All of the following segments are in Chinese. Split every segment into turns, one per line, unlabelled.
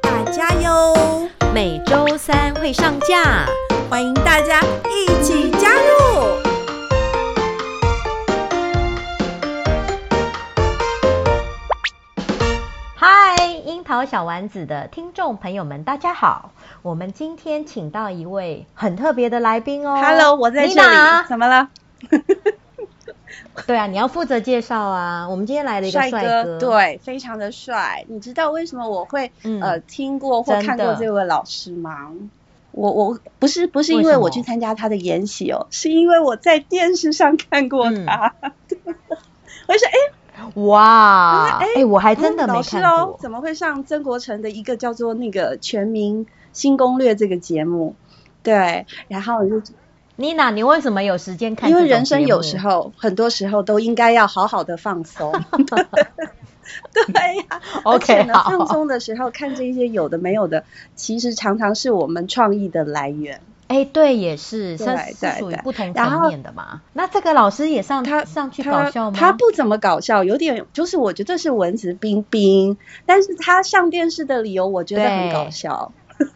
大家哟，
每周三会上架。
欢迎大家一起加入。
嗨，樱桃小丸子的听众朋友们，大家好！我们今天请到一位很特别的来宾哦。
Hello，我在这里，
Nina
怎么了？
对啊，你要负责介绍啊。我们今天来了一个帅
哥，对，非常的帅。你知道为什么我会、
嗯
呃听过或
真的
看过这位老师吗？我我不是不是因
为什
为
么
我去参加他的研习哦，是因为我在电视上看过他。 我就说，哎、
哇，哎
哎、
我还真的
嗯
没
老师
看
哦
过，。
怎么会上曾国成的一个叫做那个《全民新攻略》这个节目？对，然后我就
妮娜，你为什么有时间看
因
这种
为
节目？
人生有时候，很多时候都应该要好好的放 松。对呀、 而且
OK
呢，
好
放松的时候看这些有的没有的，其实常常是我们创意的来源。
哎、对，也是，
对
这是
对
属于
对
不同
然
层
后
面的嘛。那这个老师也上
他
上去搞
他
笑吗？
他不怎么搞笑，有点就是我觉得是文质彬彬，但是他上电视的理由我觉得很
对
搞笑。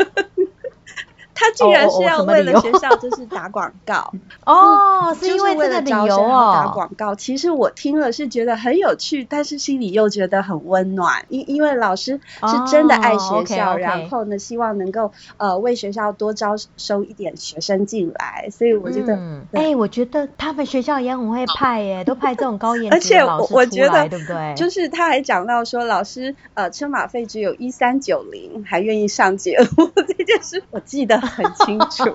他竟然
哦哦
是
哦
要
什么
为
理
了
由
学校就是打广告，
哦， 是
就
因
为
这个
了
理
招
由
生要打
哦。
广告，其实我听了是觉得很有趣，但是心里又觉得很温暖，因因为老师是真的爱
哦
学
，OK，
校，
OK
然后呢，希望能够呃为学校多招收一点学生进来，所以我觉得，
嗯，哎、
对
我觉得他们学校也很会派 耶，都派这种高颜
而
值的
且
老
我
师
我
出
觉
来，
得
对不对？
就是他还讲到说，老师呃车马费只有一三九零，还愿意上节目 这件事，我记得很清楚。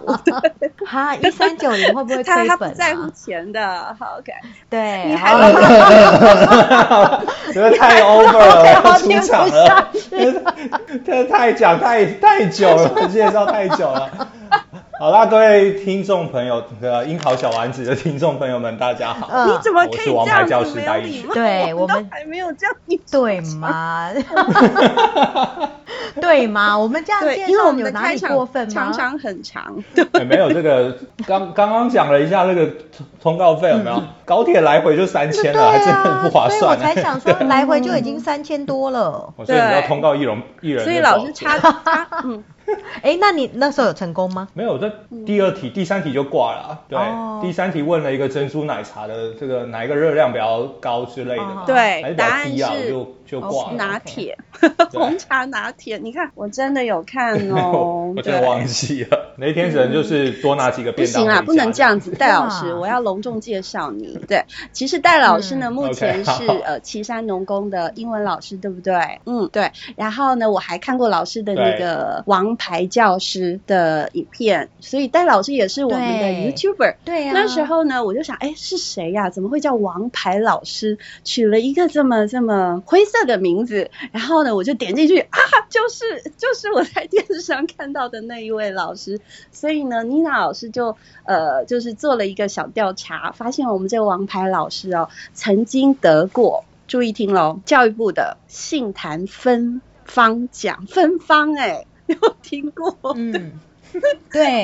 哈，一三九零会不 会
他
亏
他不
本
在乎
啊？
钱的，好 OK。
对，
你
然
还
后
有
这个太 over 了，
好
我
听
出
不
场
下
了， 这太讲太太久了，介绍太久 了。好啦，各位听众朋友，呃，樱桃小丸子的听众朋友们，大家好。
嗯
你怎么
我
可
是
以这
王牌
样
教
子
师
没有
代言
礼
人
貌？
对我
我
们
都还没有这样你
对吗？ 对吗？我们这样
对，
介
因为
绍
我们
有
的
哪
开
里
场
过分吗？
常常很长，
哎没有这个，刚刚刚讲了一下这个通通告费有没有？高铁来回就三
嗯
千
对
了，还真的
啊，
很不划
所以我
算啊
才
呢。
想 说，来回就已经三千多了。
我所以你要通告一人一人就够
所
了，
以老师差差嗯，
哎，那你那时候有成功吗？
没有，这第二题、第三题就挂了啊。对，
哦
第三题问了一个珍珠奶茶的这个哪一个热量比较高之类的嘛，还
对，
是比
答
较
案
低啊，我
是
就就挂
哦
了。
拿
OK
铁，
对
红茶拿铁。你看，我真的有 看哦
我，真的忘
对。
记了，那一天只能就是多拿几个
不
便当
行
回家。
啦，不能这样子，戴老师，
哇
我要隆重介绍你。对，其实戴老师呢，
嗯
目前
OK，好
是呃岐山农工的英文老师，对不对？嗯，对。然后呢，我还看过老师的那
对
个《王牌教师》的影片，所以戴老师也是我们的
对
YouTuber。
对呀
那时候呢，我就想，哎，是谁呀、怎么会叫王牌老师？取了一个这么这么灰色的名字。然后呢，我就点进去啊，就是 就是我在电视上看到的那一位老师。所以呢，妮娜老师就呃，就是做了一个小调查，发现我们这个王牌老师哦，曾经得过，注意听喽，教育部的杏坛芬芳奖，芬芳哎、 你有听过？
嗯，对，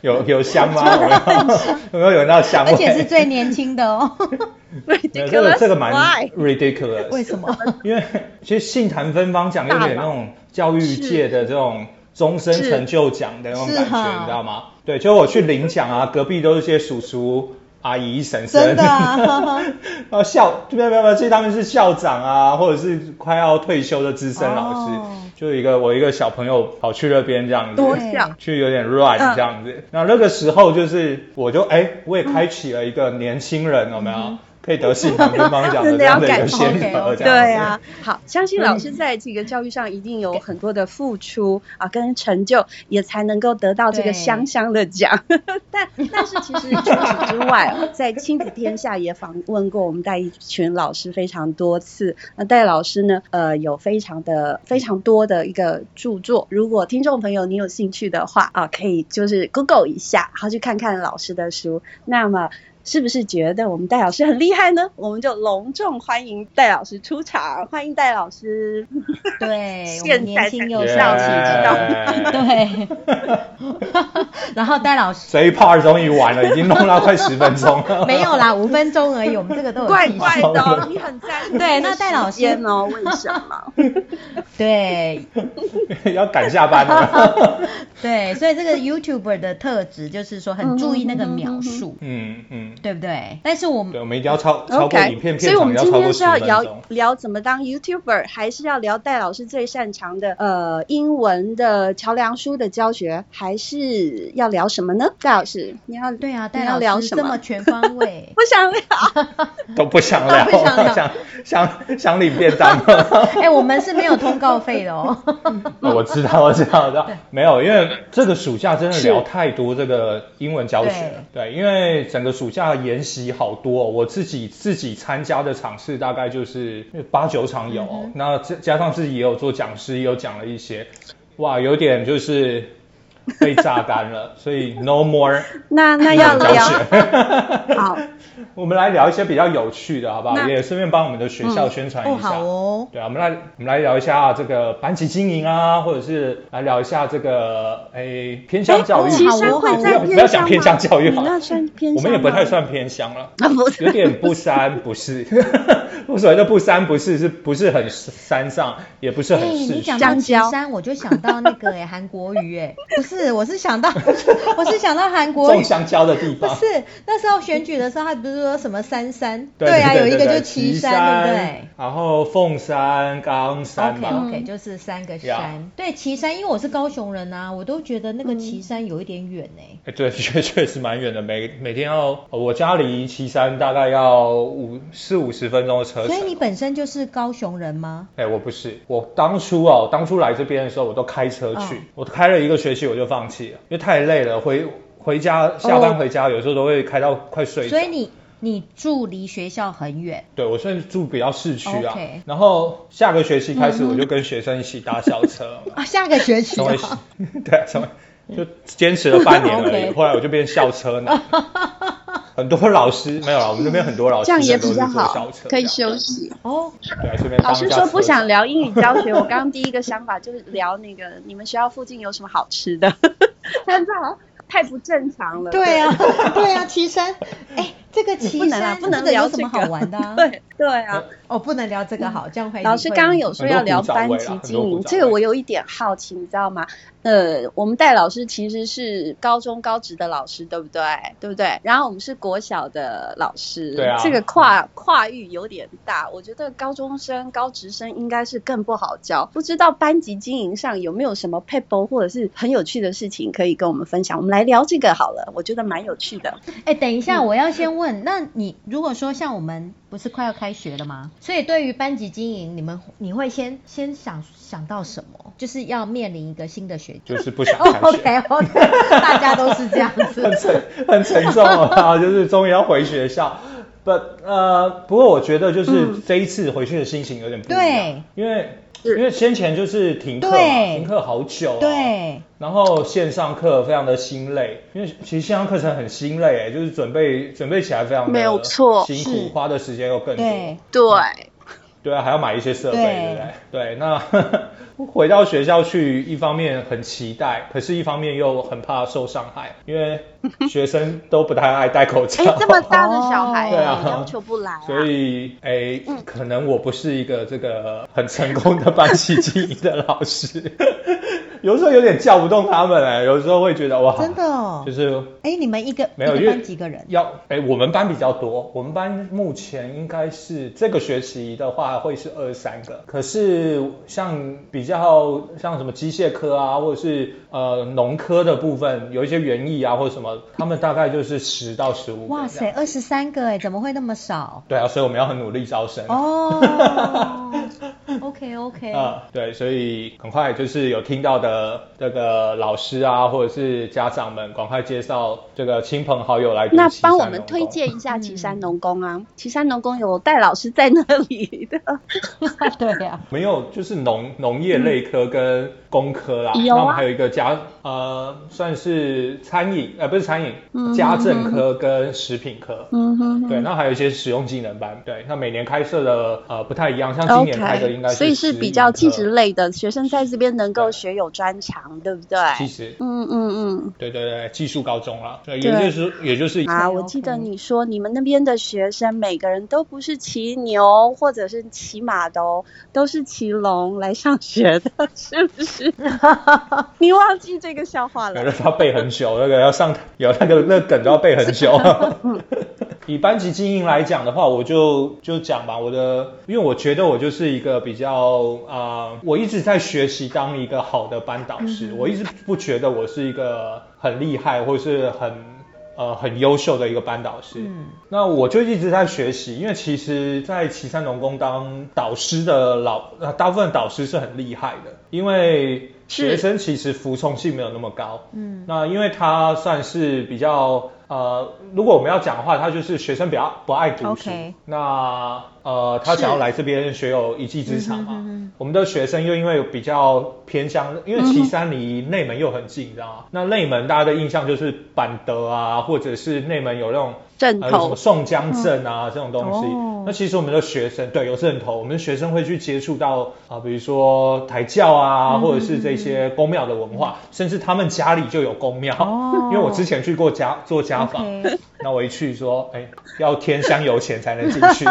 有有香吗？有没有有没有闻到香味？
而且是最年轻的哦。
没有这个
Ridiculous，
这个蛮
why？
ridiculous，
为什么？
因为其实杏坛芬芳奖有点那种教育界的这种终身成就奖的那种感
是啊
觉，你知道吗？对，就我去领奖啊，隔壁都是些叔叔、阿姨、婶婶，
真的啊
然后校没有没有没有，其实他们是校长啊，或者是快要退休的资深老师。
哦
就有一个我一个小朋友跑去那边这样子，
多
对
像。
去有点乱这样子。那、那个时候就是，我就哎、我也开启了一个年轻人，有没有？可以得信访对方讲的
真
这
的要
样的一
改
个先河，
OK，OK，
这样
对
子
啊，好，相信老师在这个教育上一定有很多的付出啊，跟成就，也才能够得到这
对
个香香的奖。但但是其实除此之外，在亲子天下也访问过我们戴一群老师非常多次。那戴老师呢，呃，有非常的非常多的一个著作。如果听众朋友你有兴趣的话啊，可以就是 Google 一下，然后去看看老师的书。那么。是不是觉得我们戴老师很厉害呢？我们就隆重欢迎戴老师出场，欢迎戴老 师。
对，我们
现
年
在
轻
才
又
有
少
效
气
期
质
知道。
高
道。
对， 然后戴老师
这一 part 终于完了，已经弄到快十分钟了。
没有啦，五分钟而已，我们这个都有
怪
计时
怪的哦，你很在意
对那戴老师
时间哦？为什么？
对
要赶下班了。
对，所以这个 YouTuber 的特质就是说很注意那
嗯
个秒数，
嗯嗯，
对不对？但是我们
对，我们一定要超超过
OK，
影片
所
片
以我
长
们
要
今
超过
天
十
是要
分
聊
钟。
聊怎么当 YouTuber，还是要聊戴老师最擅长的呃英文的桥梁书的教学，还是要聊什么呢？戴老师，你 要
对啊，
你
戴
要
老
聊
师
什
这么
么？。
全方位
不想聊，
都不 想
啊
聊，
都不想聊
想想想领便当了。
哎、我们是没有通告费的哦。
我知道，我知道，我知道。没有，因为这个暑假真的聊太多这个英文教学了。对，因为整个暑假研习好多哦、我自己自己参加的场次大概就是八九场有哦、那加加上自己也有做讲师，也有讲了一些，哇，有点就是被榨干了，所以 no more
那那
英
要
文教
聊
学。
好。
我们来聊一些比较有趣的，好不好？
那
也顺便帮我们的学校宣传
哦，
一下。
好哦。
对啊，我们来我们来聊一下啊这个班级经营啊，或者是来聊一下这个诶 偏向教
哎
育。
其
好
实
哦
会
好
在
哦
不要不要讲偏
偏
向
向
教育
吗
好
你
了
那算偏向吗，
我们也不太算偏向了，
啊，不是
有点不三不四。 我所谓的不三不四，是不是很山上，也不是
哎、
很
你
市
讲
上。
到
香
岐
蕉
山，我就想到那个哎、韩国 瑜哎、不是，我是想 到，我是想到韩国
种
瑜，
香蕉的地
不
方，
是那时候选举的时候，他不是说什么三山？
对
啊，有一个就
对
岐
岐
山，对不对
山？然后凤山、冈山
OK
嘛，
OK，
嗯
就是三个
呀
山。对，岐山，因为我是高雄人啊，我都觉得那个岐山有一点远呢、
哎对， 确确实蛮远的，每每天要我家离岐山大概要五四五十分钟的车程。
所以你本身就是高雄人吗？
哎、我不是，我当初哦，当初来这边的时候，我都开车去，
嗯
我开了一个学期我就放弃了，因为太累了，回回家下班回
哦
家、有时候都会开到快睡着。
所以你你住离学校很远。
对我甚至住比较市区啊
OK
然后下个学期开
嗯
始我就跟学生一起搭校车，
啊，下个学期
成为、
啊，
对成为就坚持了半 年而已
OK
后来我就变校车男。很多老师没有啦，我们这边很多老师
这样也
哦都
比
是
较
坐
好
校车，
可以
这样
休息。
哦，
对，啊顺便
老
当一
师
下
说
车
不
长
想聊英语教学，我刚刚第一个想法就是聊那个你们学校附近有什么好吃的， 但这好像太不正常了。
对啊，对啊，岐山，哎，这个岐
不能啊
山，
不能
这个有
聊
什
这
么
个
好玩 的、啊？
对对啊。
哦，不能聊这个好，这样会
老师刚刚有说要聊班级
很多古早
经营
味啦很多古，早味
这个我有一点好奇，你知道吗？呃，我们戴老师其实是高中高职的老师，对不对？对不对？然后我们是国小的老师，
对啊
这个跨跨域有点大，我觉得高中生、高职生应该是更不好教。不知道班级经营上有没有什么 p a p e 或者是很有趣的事情可以跟我们分享？我们来聊这个好了，我觉得蛮有趣的。
哎，等一下，我要先问，那你如果说像我们不是快要开学了吗？所以对于班级经营，你们你会先先想想到什么？就是要面临一个新的学期。
就是不想
哦
开学。
，OK OK，大家都是这样
很
子。
沉很沉重啊，就是终于要回学校。不呃，不过我觉得就是这一次回去的心情有点不一样
嗯对，
因为
是
因为先前就是停课嘛，
对
停课好久、哦，，
对，
然后线上课非常的心累，因为其实线上课程很心累，哎，就是准备准备起来非常的
没有错
辛
是
苦，花的时间又更多，
对
对，
对啊，还要买一些设备，
对
对不对？对，那 回到学校去，一方面很期待，可是一方面又很怕受伤害，因为学生都不太爱戴口罩
哎，，这么大的小孩、
哦对啊
要求不来啊。
所以哎，可能我不是一个这个很成功的班级经营的老师， 有时候有点叫不动他们哎、有时候会觉得哇，
真的哦
就。是
哎，你们一个
没有
一
因
个
为
班几个人？
要哎、我们班比较多，我们班目前应该是这个学期的话会是二三个，可是像比较像什么机械科啊，或者是呃农科的部分，有一些园艺啊或者什么，他们大概就是十到十五。
哇塞，！二十三个哎，怎么会那么少？
对啊，所以我们要很努力招生。
哦，OK OK，
啊、对，所以很快就是有听到的这个老师啊，或者是家长们，赶快介绍这个亲朋好友来读
那
岐
帮我
山
们
农
推
工
荐一下
嗯
岐山农工啊，岐山农工有戴老师在那里的，
对啊呀，
没有，就是农农业类科跟工科啦。
有啊
那我们还有一个家呃，算是餐饮呃不是餐饮，家政科跟食品科。
嗯哼
对，那还有一些使用技能班，对，那每年开设的呃不太一样，像今年开的应该是
所以是
是
比较技职类的学生在这边能够学有专长，对不对？
技职，
嗯嗯
对对对，技术高中啦，对，
对
也就是也就是
嗯。啊，
OK，OK
我记得你说你们那边的学生每个人都不是骑牛或者是骑马的哦，都是骑龙来上学的，是不 是？你忘记这个笑话
有
了
的？要背很久，那个要上有那个那个梗都要背很久。 以班级经营来讲的话，我就就讲吧，我的，因为我觉得我就是一个比较啊、呃我一直在学习当一个好的班导师，我一直不觉得我是一个很厉害或是很呃很优秀的一个班导师。
嗯
那我就一直在学习，因为其实，在岐山农工当导师的老，呃大部分导师是很厉害的，因为学生其实服从性没有那么高。
嗯，
那因为他算是比较呃，如果我们要讲的话，他就是学生比较不爱读书。
OK
那呃，他想要
是
来这边学有一技之长嘛。
嗯哼哼哼
我们的学生又因为比较偏乡，因为岐山离内门又很近，你知道吗？那内门大家的印象就是板德啊，或者是内门有那种
正
还有什么
头
宋江镇啊、这种东西。
嗯哦
那其实我们的学生对有阵头，我们的学生会去接触到啊、比如说台教啊，
嗯
或者是这些宫庙的文化，甚至他们家里就有宫庙。
哦
因为我之前去过家做家访
OK
那我一去说，哎，要添香油钱才能进 去。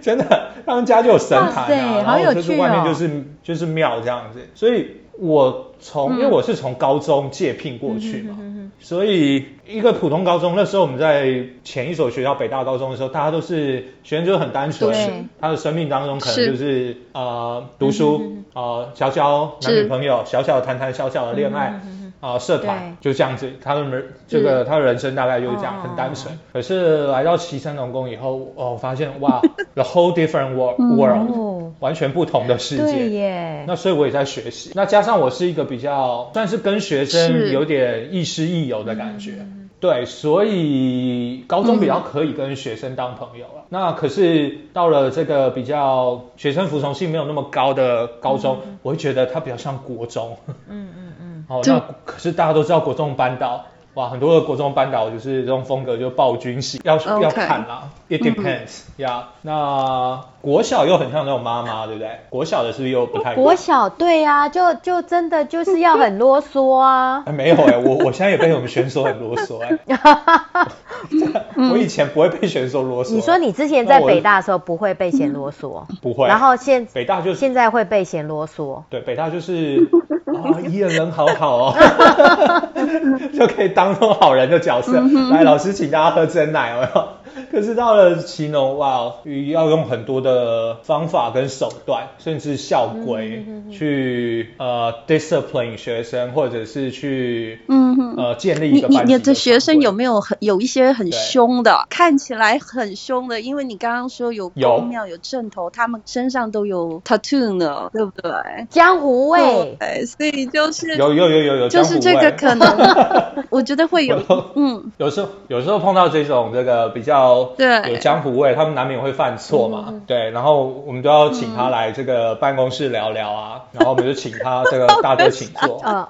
真的，他们家就有神
哇
坛
塞
啊，然
好有
后就是
趣
外面
哦
就是就是庙这样子，所以我
嗯
从、因为我是从高中借聘过去嘛，所以一个普通高中那时候我们在前一所学校北大高中的时候，大家都是学生就是很单纯
对，
他的生命当中可能
是
就是呃读
嗯
书啊、呃交交男女
是
朋友，小小的谈谈小
嗯
小的恋爱。啊，社团就这样子，他们人这个他的人生大概就是这样，
嗯哦
很单纯。可是来到岐山农工以后，哦，我发现哇 ，the whole different world world，、
哦
完全不同的世
对
界。
耶，
那所以我也在学习，那加上我是一个比较算是跟学生
是嗯
有点亦师亦友的感觉，
嗯
对，所以高中比较可以跟学生当朋友了。那可是到了这个比较学生服从性没有那么高的高中，我会觉得它比较像 国中。
嗯嗯嗯，
哦，
嗯就
那可是大家都知道国中班导，哇，很多的国中班导就是这种风格，就暴君型，要
OK 嗯
要看啦，it depends 呀、那国小又很像那种妈妈，对不对？国小的是不是又不太一样？
国小对呀，就就真的就是要很啰嗦啊，
哎没有哎、我我现在也被我们选手很啰嗦 哎、
嗯
我以前不会被选手啰嗦。啊嗯
你说你之前在北大的时候不会被嫌啰嗦，
不会？
然后现
北大就是
现在会被嫌啰嗦，
对，北大就是啊，伊人人好好哦， 就可以当成好人的角色。
嗯
来，老师请大家喝真奶，有没有？可是到了奇农，哇，哦要用很多的方法跟手段，甚至校
嗯
规、去呃 discipline 学生，或者是去
嗯哼。
呃建立一
你
个
你
班级
你的学生有
没
没有很有一些很
对
凶的，看起来很凶的？因为你刚刚说有
有
公庙有正头，他们身上都有 tattoo 呢，对不对？
江湖味，
对，所以就是
有有有有有，
就是这
江湖
个
味
可能，我觉得会有
我都，
嗯，
有时候有时候碰到这种这个比较
对嗯
有江湖味，他们难免会犯错嘛，对，然后我们都要请他来这个办公室聊 聊啊，然后我们就请他这个大哥请坐，
嗯
哦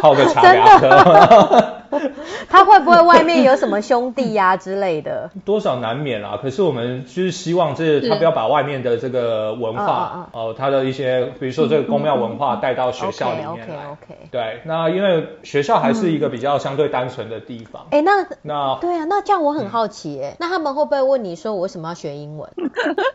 泡个茶聊，
他会不会外面有什么兄弟呀、之类的？
多少难免啊啦。可是我们就是希望这他不要把外面的这个文
啊
化哦，他的一些比如说这个宫庙文
嗯
化带到 学校里
OK
面
OK
来。
OK。
对，那因为学校还是
嗯
一个比较相对单纯的地方。
哎、那
那
对啊，那这样我很好奇
嗯
耶、那他们会不会问你说我为什么要学英文？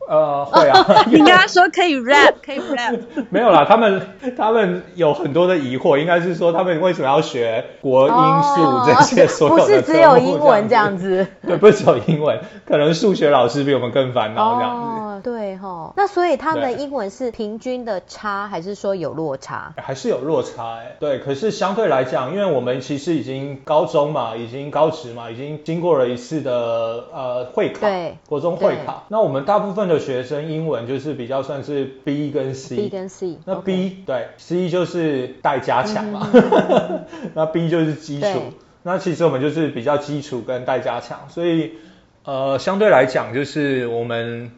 呃会啊，
你跟他说可以 rap，可以 rap，
没有啦，他们他们有很多的疑惑，应该是说他们为什么要学国英数这些所有
哦 不
的、
是只有英文这样，子。
对，不是只有英文，可能数学老师比我们更烦恼这样子。
哦，对哈、那所以他们的
对
英文是平均的差，还是说有落差？
还是有落差哎、对，可是相对来讲，因为我们其实已经高中嘛，已经高职嘛，已经经过了一次的呃会考，
对
国中会
对
考。那我们大部分的学生英文就是比较算是 B 跟
B 跟 C，
那
OK
B 对 C 就是待加强嘛，
嗯
那 B 就是基础
对。
那其实我们就是比较基础跟待加强，所以呃相对来讲就是我们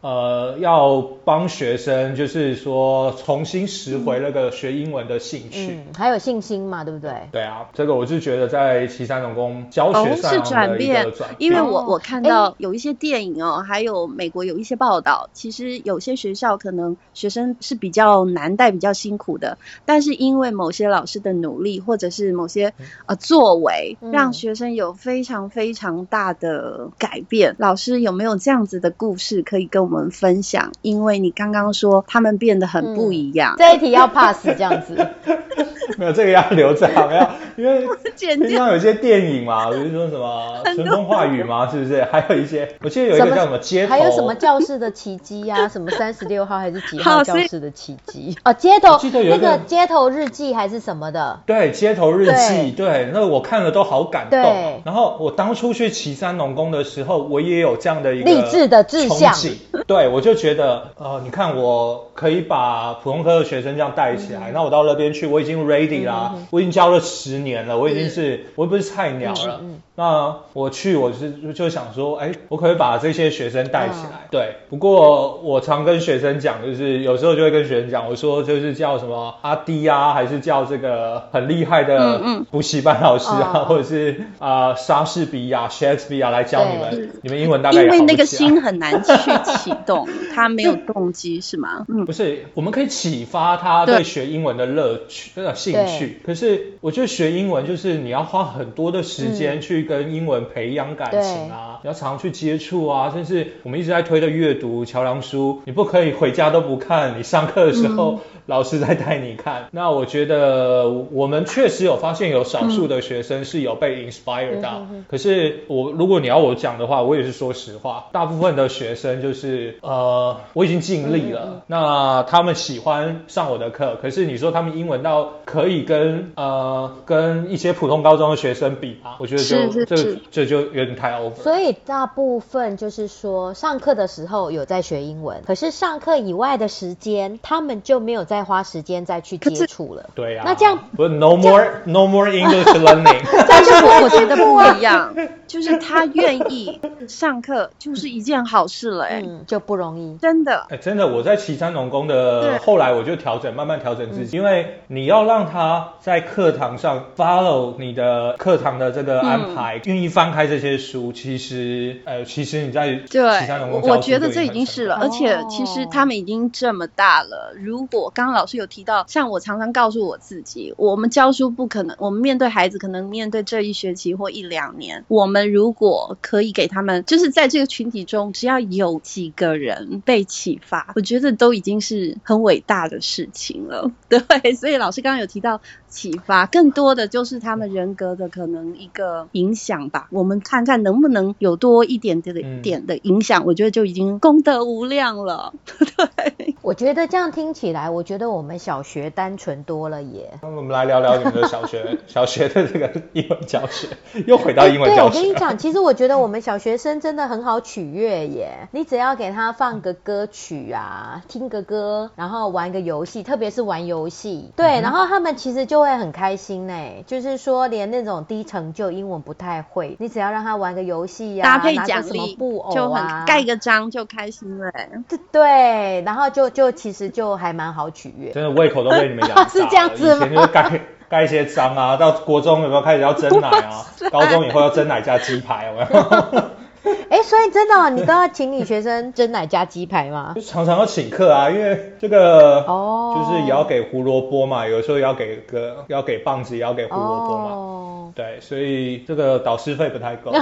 呃要帮学生就是说重新拾
嗯
回那个学英文的兴趣。
嗯，还有信心嘛，对不对？
对啊，这个我是觉得在岐山农工教
哦
学
是
上
转
的一个
变
转变，，
因为我
哦
我看到有一些电影哦，还有美国有一些报道，其实有些学校可能学生是比较难带、比较辛苦的，但是因为某些老师的努力，或者是某
嗯
些呃作为，
嗯
让学生有非常非常大的改变。老师有没有这样子的故事可以跟我们分享？因为你刚刚说他们变得很
嗯
不一样，
这一题要 pass 这样子。
没有这个要留着啊，没有，因为
剪
平常有一些电影 嘛，比如说什么《春风化雨》嘛，是不是？还有一些，我记得有一个叫什么街头，
还有什么教室的奇迹呀、 什么三十六号还是几号
好
教
所以
室的奇迹？哦，街头
我记得有
那
一个
个街头日记还是什么的，
对，街头日记，对，那我看了都好感动
对
啊。然后我当初去岐山农工的时候，我也有这样的一个
励志的志向
憧憬对，我就觉得，呃，你看我可以把普通科的学生这样带起
嗯
来，那我到那边去，我已经 ready 啦，我已经教了十年了，我已经
嗯
是，我又不是菜鸟了。那我去，我是就想说，哎，我可不可以把这些学生带起
嗯
来。对，不过我常跟学生讲，就是有时候就会跟学生讲，我说就是叫什么阿迪啊，还是叫这个很厉害的
嗯嗯
补习班老师啊，
哦
或者是啊、莎士比亚、Shakespeare 来教你们，你们英文大概
因
也
为
好
那
不
个
起来。啊
心很难去启 动，他没有动机是吗？嗯。
不是，我们可以启发他对
对
学英文的乐趣、那个兴趣。可是我觉得学英文就是你要花很多的时间去跟英文培养感情啊，你要常去接触啊，甚至我们一直在推的阅读桥梁书，你不可以回家都不看，你上课的时候、老师在带你看。那我觉得我们确实有发现有少数的学生是有被 inspire
嗯
到，可是我如果你要我讲的话，我也是说实话，大部分的学生就是呃，我已经尽力
嗯
了，那他们喜欢上我的课，可是你说他们英文到可以跟呃跟一些普通高中的学生比吗？我觉得就是
是
这
是
这就有点太 over 了。
所以大部分就是说上课的时候有在学英文，可是上课以外的时间，他们就没有再花时间再去接触了。
对呀、
那这样
不是 no more no more English learning。
但是我我觉得不一样，就是他愿意上课，就是一件好事了、哎、
嗯，就不容易。
真的。
哎，真的，我在岐山农工的
对
后来，我就调整，慢慢调整自己，因为你要让他在课堂上 follow 你的课堂的这个安排，愿意翻开这些书，其实，呃，其实你在岐山农
我
工
我
教书
觉得
就
这已
很
经
成
是
功
了，
了。
而且其实他们已经这么大了。如果刚刚老师有提到，像我常常告诉我自己，我们教书不可能，我们面对孩子可能面对这一学期或一两年，我们如果可以给他们，就是在这个群体中，只要有几个人被启发，我觉得都已经是很伟大的事情了。 对，所以老师刚刚有提到启发，更多的就是他们人格的可能一个影响吧。我们看看能不能有多一点点的
嗯
点的影响，我觉得就已经功德无量了。
我觉得这样听起来，我觉得我们小学单纯多了耶。
那我们来聊聊你们的小学小学的这个英文教学， 又回到
哎
英文
对，我
教
跟你
学。
讲，其实我觉得我们小学生真的很好取悦耶。你只要给他放个歌曲啊，听个歌，然后玩个游戏，特别是玩游戏，
嗯
对，然后他们其实就会很开心呢。就是说，连那种低成就英文不太会，你只要让他玩个游戏呀、
搭配
拿个
奖
什么
励
布偶啊，
就很盖个章就开心了、哎
对对，然后就就其实就还蛮好取悦。
真的胃口都被你们养大了，
是这样子吗
以前就是盖盖一些章啊，到国中有没有开始要蒸奶啊？高中以后要蒸奶加鸡排，有没 有？
哎，所以真的哦，你都要请你学生蒸奶加鸡排吗？
就常常要请客啊，因为这个
哦
就是也要给胡萝卜嘛，有时候也要给个要给棒子，也要给胡萝卜嘛。
哦，
对，所以这个导师费不 太够，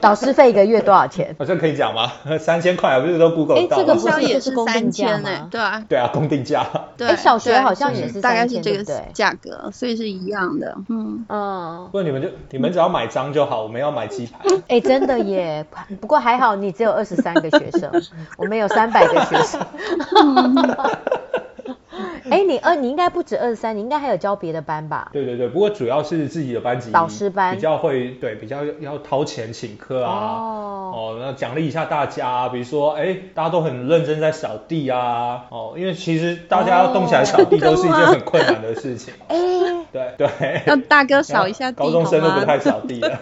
导师费一个月多少钱？
好像可以讲吗？三千块不是都 Google
哎
到
这个
吗
不？
校
是
也
就是
是
公定
三
价
千
吗
呢，对啊，
对啊，公定价。
对，
哎小学
对
好像也
就是大概
3000
是这
对不
个
对
价格，所以是一样的， 嗯，
嗯，
不过你们就你们只要买章就好，我们要买 鸡排。
哎、真的耶。不过还好你只有二十三个学 生，我们有三百个学生。哎、你二你应该不止二十三，你应该还有教别的班吧？
对对对，不过主要是自己的班级
导师班
比较会对比较要掏钱请客啊，
哦
哦，那奖励一下大家、啊，比如说哎，大家都很认真在扫地啊，哦，因为其实大家
哦
要动起来扫地
啊
都是一件很困难的事情，
哎、
对对，
嗯
让大哥扫一下地
高中
好
生都不
吗？
太扫地啊 了，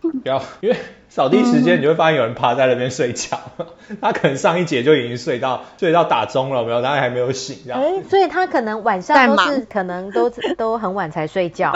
不要，因为扫地时间你会发现有人趴在那边睡觉， 他可能上一节就已经睡到睡到打钟了，有没有，当然还没有醒这样。
哎、所以他可能晚上
在
都
忙
是可能都都很晚才 睡觉，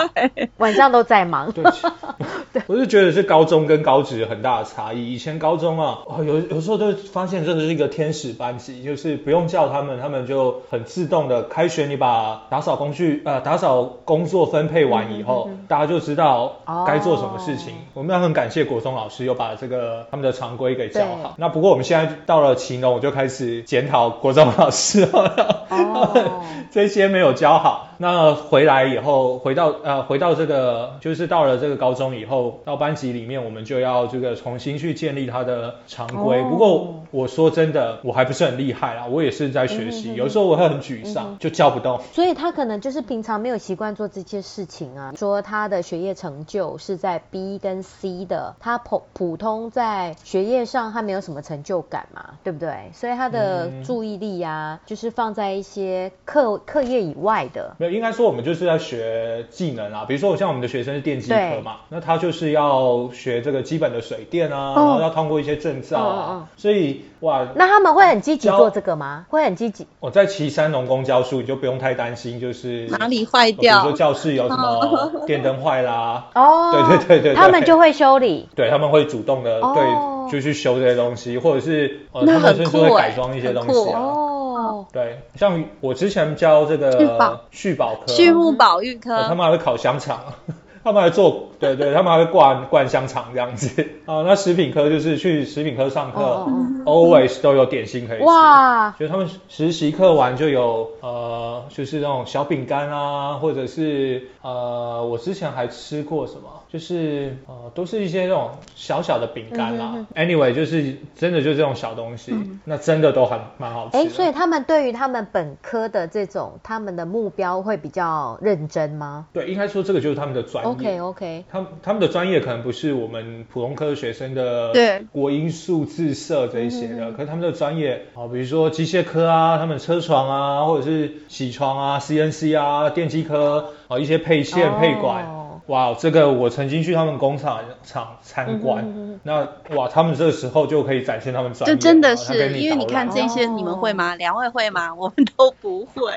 晚上都在忙。
对，我是觉得是高中跟高职有很大的差异。以前高中啊，哦、有有时候就会发现这个是一个天使班级，就是不用叫他们，他们就很自动的开学，你把打扫工具呃打扫工作分配完以后，大家就知道该做什么事情。我们要很感谢国中老师又把这个他们的常规给教好
对。
那不过我们现在到了期中，我就开始检讨国中老师了。
哦，
这些没有教好。那回来以后，回到呃，回到这个，就是到了这个高中以后，到班级里面，我们就要这个重新去建立他的常规。
哦
不过我说真的，我还不是很厉害啦，我也是在学
嗯
习，有时候我会很沮丧，就教不动。
所以他可能就是平常没有习惯做这些事情啊。说他的学业成就是在 B 跟 C 的，他普普通在学业上他没有什么成就感嘛，对不对？所以他的
嗯
注意力啊，就是放在一些课课业以外的。
没有，应该说我们就是要学技能啊，比如说我像我们的学生是电机
对哦
科嘛，那他就是要学这个基本的水电啊，然后要通过一些证照啊，
嗯嗯嗯
所以哇，
那他们会很积极
教
做这个吗？会很积极？
我在岐山农工教书，你就不用太担心，就是
哪里坏
哦比如
掉
说？教室有什 么电灯坏啦，
哦，
对对对对对
他们就会修理。
对，他们会主动的对、
哦
就去修这些东西，或者是呃，
那
他们
很
甚至
酷
会
欸
改装一些东西
很酷
啊。
哦，
对，像我之前教这
续
个
保
续保科，
畜牧保育
哦他
科，
们还会烤香肠， 他们还做，对对，他们还会灌灌香肠这样子。啊，那食品科就是去食品科上课、
哦哦
a l w a y s 都有点心可以吃。
哇，
就他们实习课完就有呃，就是那种小饼干啊，或者是呃，我之前还吃过什么，就是呃，都是一些那种小小的饼干
嗯
啦。Anyway，就是真的就这种小东西，那真的都很蛮好吃的。
哎，嗯所以他们对于他们本科的这种他们的目标会比较认真吗
对，应该说这个就是他们的专业。
？OK OK，
他们他们的专业可能不是我们普通科学生的
对嗯
国英数自社这一些的，可是他们的专业啊，比如说机械科啊，他们车床啊，或者是铣床啊、CNC 啊、电机科啊，一些配线、
哦
配管。哇，这个我曾经去他们工厂厂参
嗯
观，那哇，他们这时候就可以展现他们专
这
业了，哦
真的
他跟
是因为你
导
看
览
这些，你们会吗？两位会吗？ 我们都不会，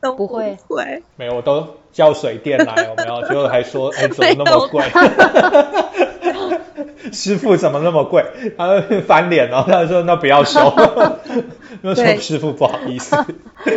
都
不会
会。
没有，我都叫水电来，有没 有？结果还说，哎，怎么那么贵？师傅怎么那么贵？他翻脸哦，他说那不 要收，那说师傅不好意思。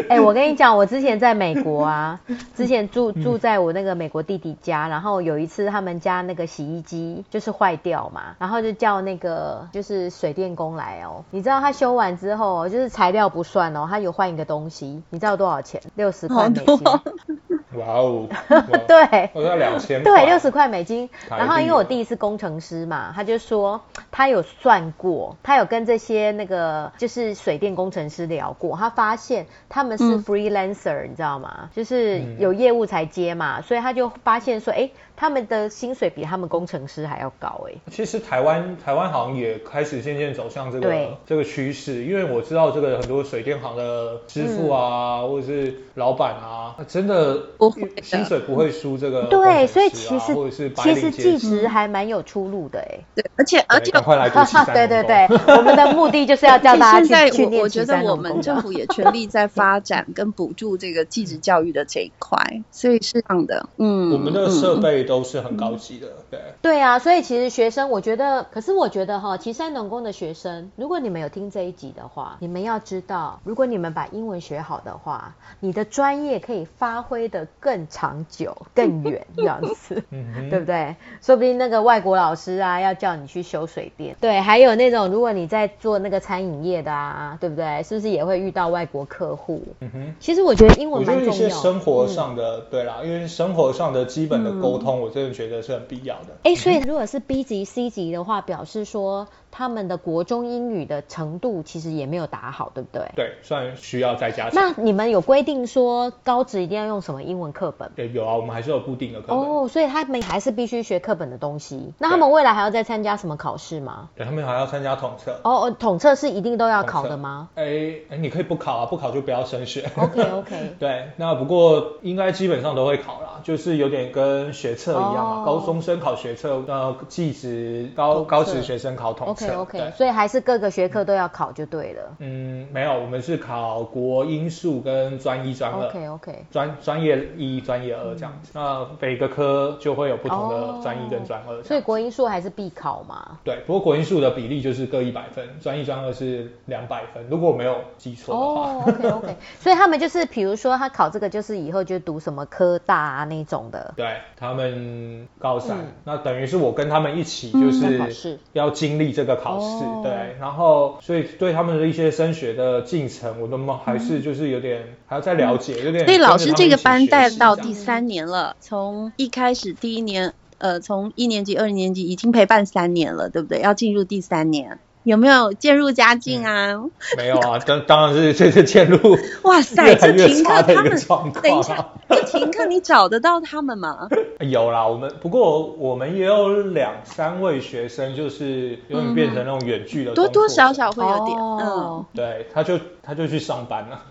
哎、我跟你讲，我之前在美国啊，之前住
嗯
住在我那个美国弟弟家，然后有一次他们家那个洗衣机就是坏掉嘛，然后就叫那个就是水电工来哦。你知道他修完之后哦，就是材料不算哦，他有换一个东西，你知道多少钱？六十
哦
块美
哦
金。
哇哦，哇
对。
我要两千，
对，六十块美金。
台币
然后因为我弟是工程师嘛，他就说他有算过，他有跟这些那个就是水电工程师聊过，他发现他们
嗯
是 freelancer，、你知道吗？就是有业务才接嘛，
嗯
所以他就发现说，哎，他们的薪水比他们工程师还要高，哎，
其实台湾台湾好像也开始渐渐走向这个
对
这个趋势，因为我
嗯
知道这个很多水电行的师傅啊，或者是老板啊，真的
不会的
薪水不会输这个工程师
对，
啊
所以其实
或者是白
其实
领阶
技
级，
嗯
啊
职还蛮有出路的哎。
对，而且而
对
且
赶快来读七 三哦
对对
零
对，我们的目的就是要叫大
现
家
在
去去
我
念
我
七
觉得
三
我
农
们
工
政
的。
府也全力在发展跟补助这个技职教育的这一块，所以是这样的。嗯，
我们的设
嗯
备都是很高级的，对。
对啊，所以其实学生，我觉得，可是我觉得哈，岐山农工的学生，如果你们有听这一集的话，你们要知道，如果你们把英文学好的话，你的专业可以发挥的更长久、 更远这样子。对
嗯哼，
不对？说不定那个外国老师啊，要叫你去修水电。对，还有那种如果你在做那个餐饮业的啊，对不对？是不是也会遇到外国客户？
嗯哼。
其实我觉得英文
我觉
蛮
得一
重
些
要嗯的。
生活上的，对啦，因为生活上的基本的沟通，我真的觉得是很必要的。
哎，所以如果是 B 级、C 级的话，表示说他们的国中英语的程度其实也没有打好，对不对？
对，算需要再加强。
那你们有规定说高职一定要用什么英文课本吗？
对，有啊，我们还是有固定的课本。
哦，所以他们还是必须学课本的东西。那他们未来还要再参加什么考试吗？
对他们还要参加统测。
哦哦，统测是一定都要
统
考
测
的吗？
哎哎，你可以不考啊，不考就不要升学。
？OK OK，
对，那不过应该基本上都会考啦，就是有点跟学测一样嘛，
哦
高中生考学测，呃，技职高
统测
高职学生考统测。
OK OK，
对
所以还是各个学科都要考就对了。
嗯，没有，我们是考国英数跟专一专二。
OK OK，
专专业一、专业二这样子，
嗯
那每个科就会有不同的专一跟专二、
所以国英数还是必考嘛。
哦
对，不过国英数的比例就是各一百分，专一、专二是两百分，如果我没有记错的话。
哦、o k OK，所以他们就是，比如说他考这个，就是以后就读什么科大啊那种的。
对他们高三，
嗯
那等于是我跟他们一起，就
在
嗯
考
是
试
要经历这个考试，
哦
对，然后所以对他们的一些升学的进程，我们还是就是有点、还要再了解，有点跟着他们一
嗯所以
起学习。
老师这个班带到第
这样
三年了，从一开始第一年，呃，从一年级、二年级已经陪伴三年了，对不对？要进入第三年，有没有渐入佳境啊？
没有啊，当当然是这是渐入
哇
越
塞，
来
这
越
停
差
课
的一
他
个
们，
状况。啊
等一下，这停课你找得到他们吗？
哎有啦，我们不过我们也有两三位学生，就是有点变成那种远距的工
多
作者、
多少少会有点，
嗯
嗯
哦、
对，他就他就去上班了，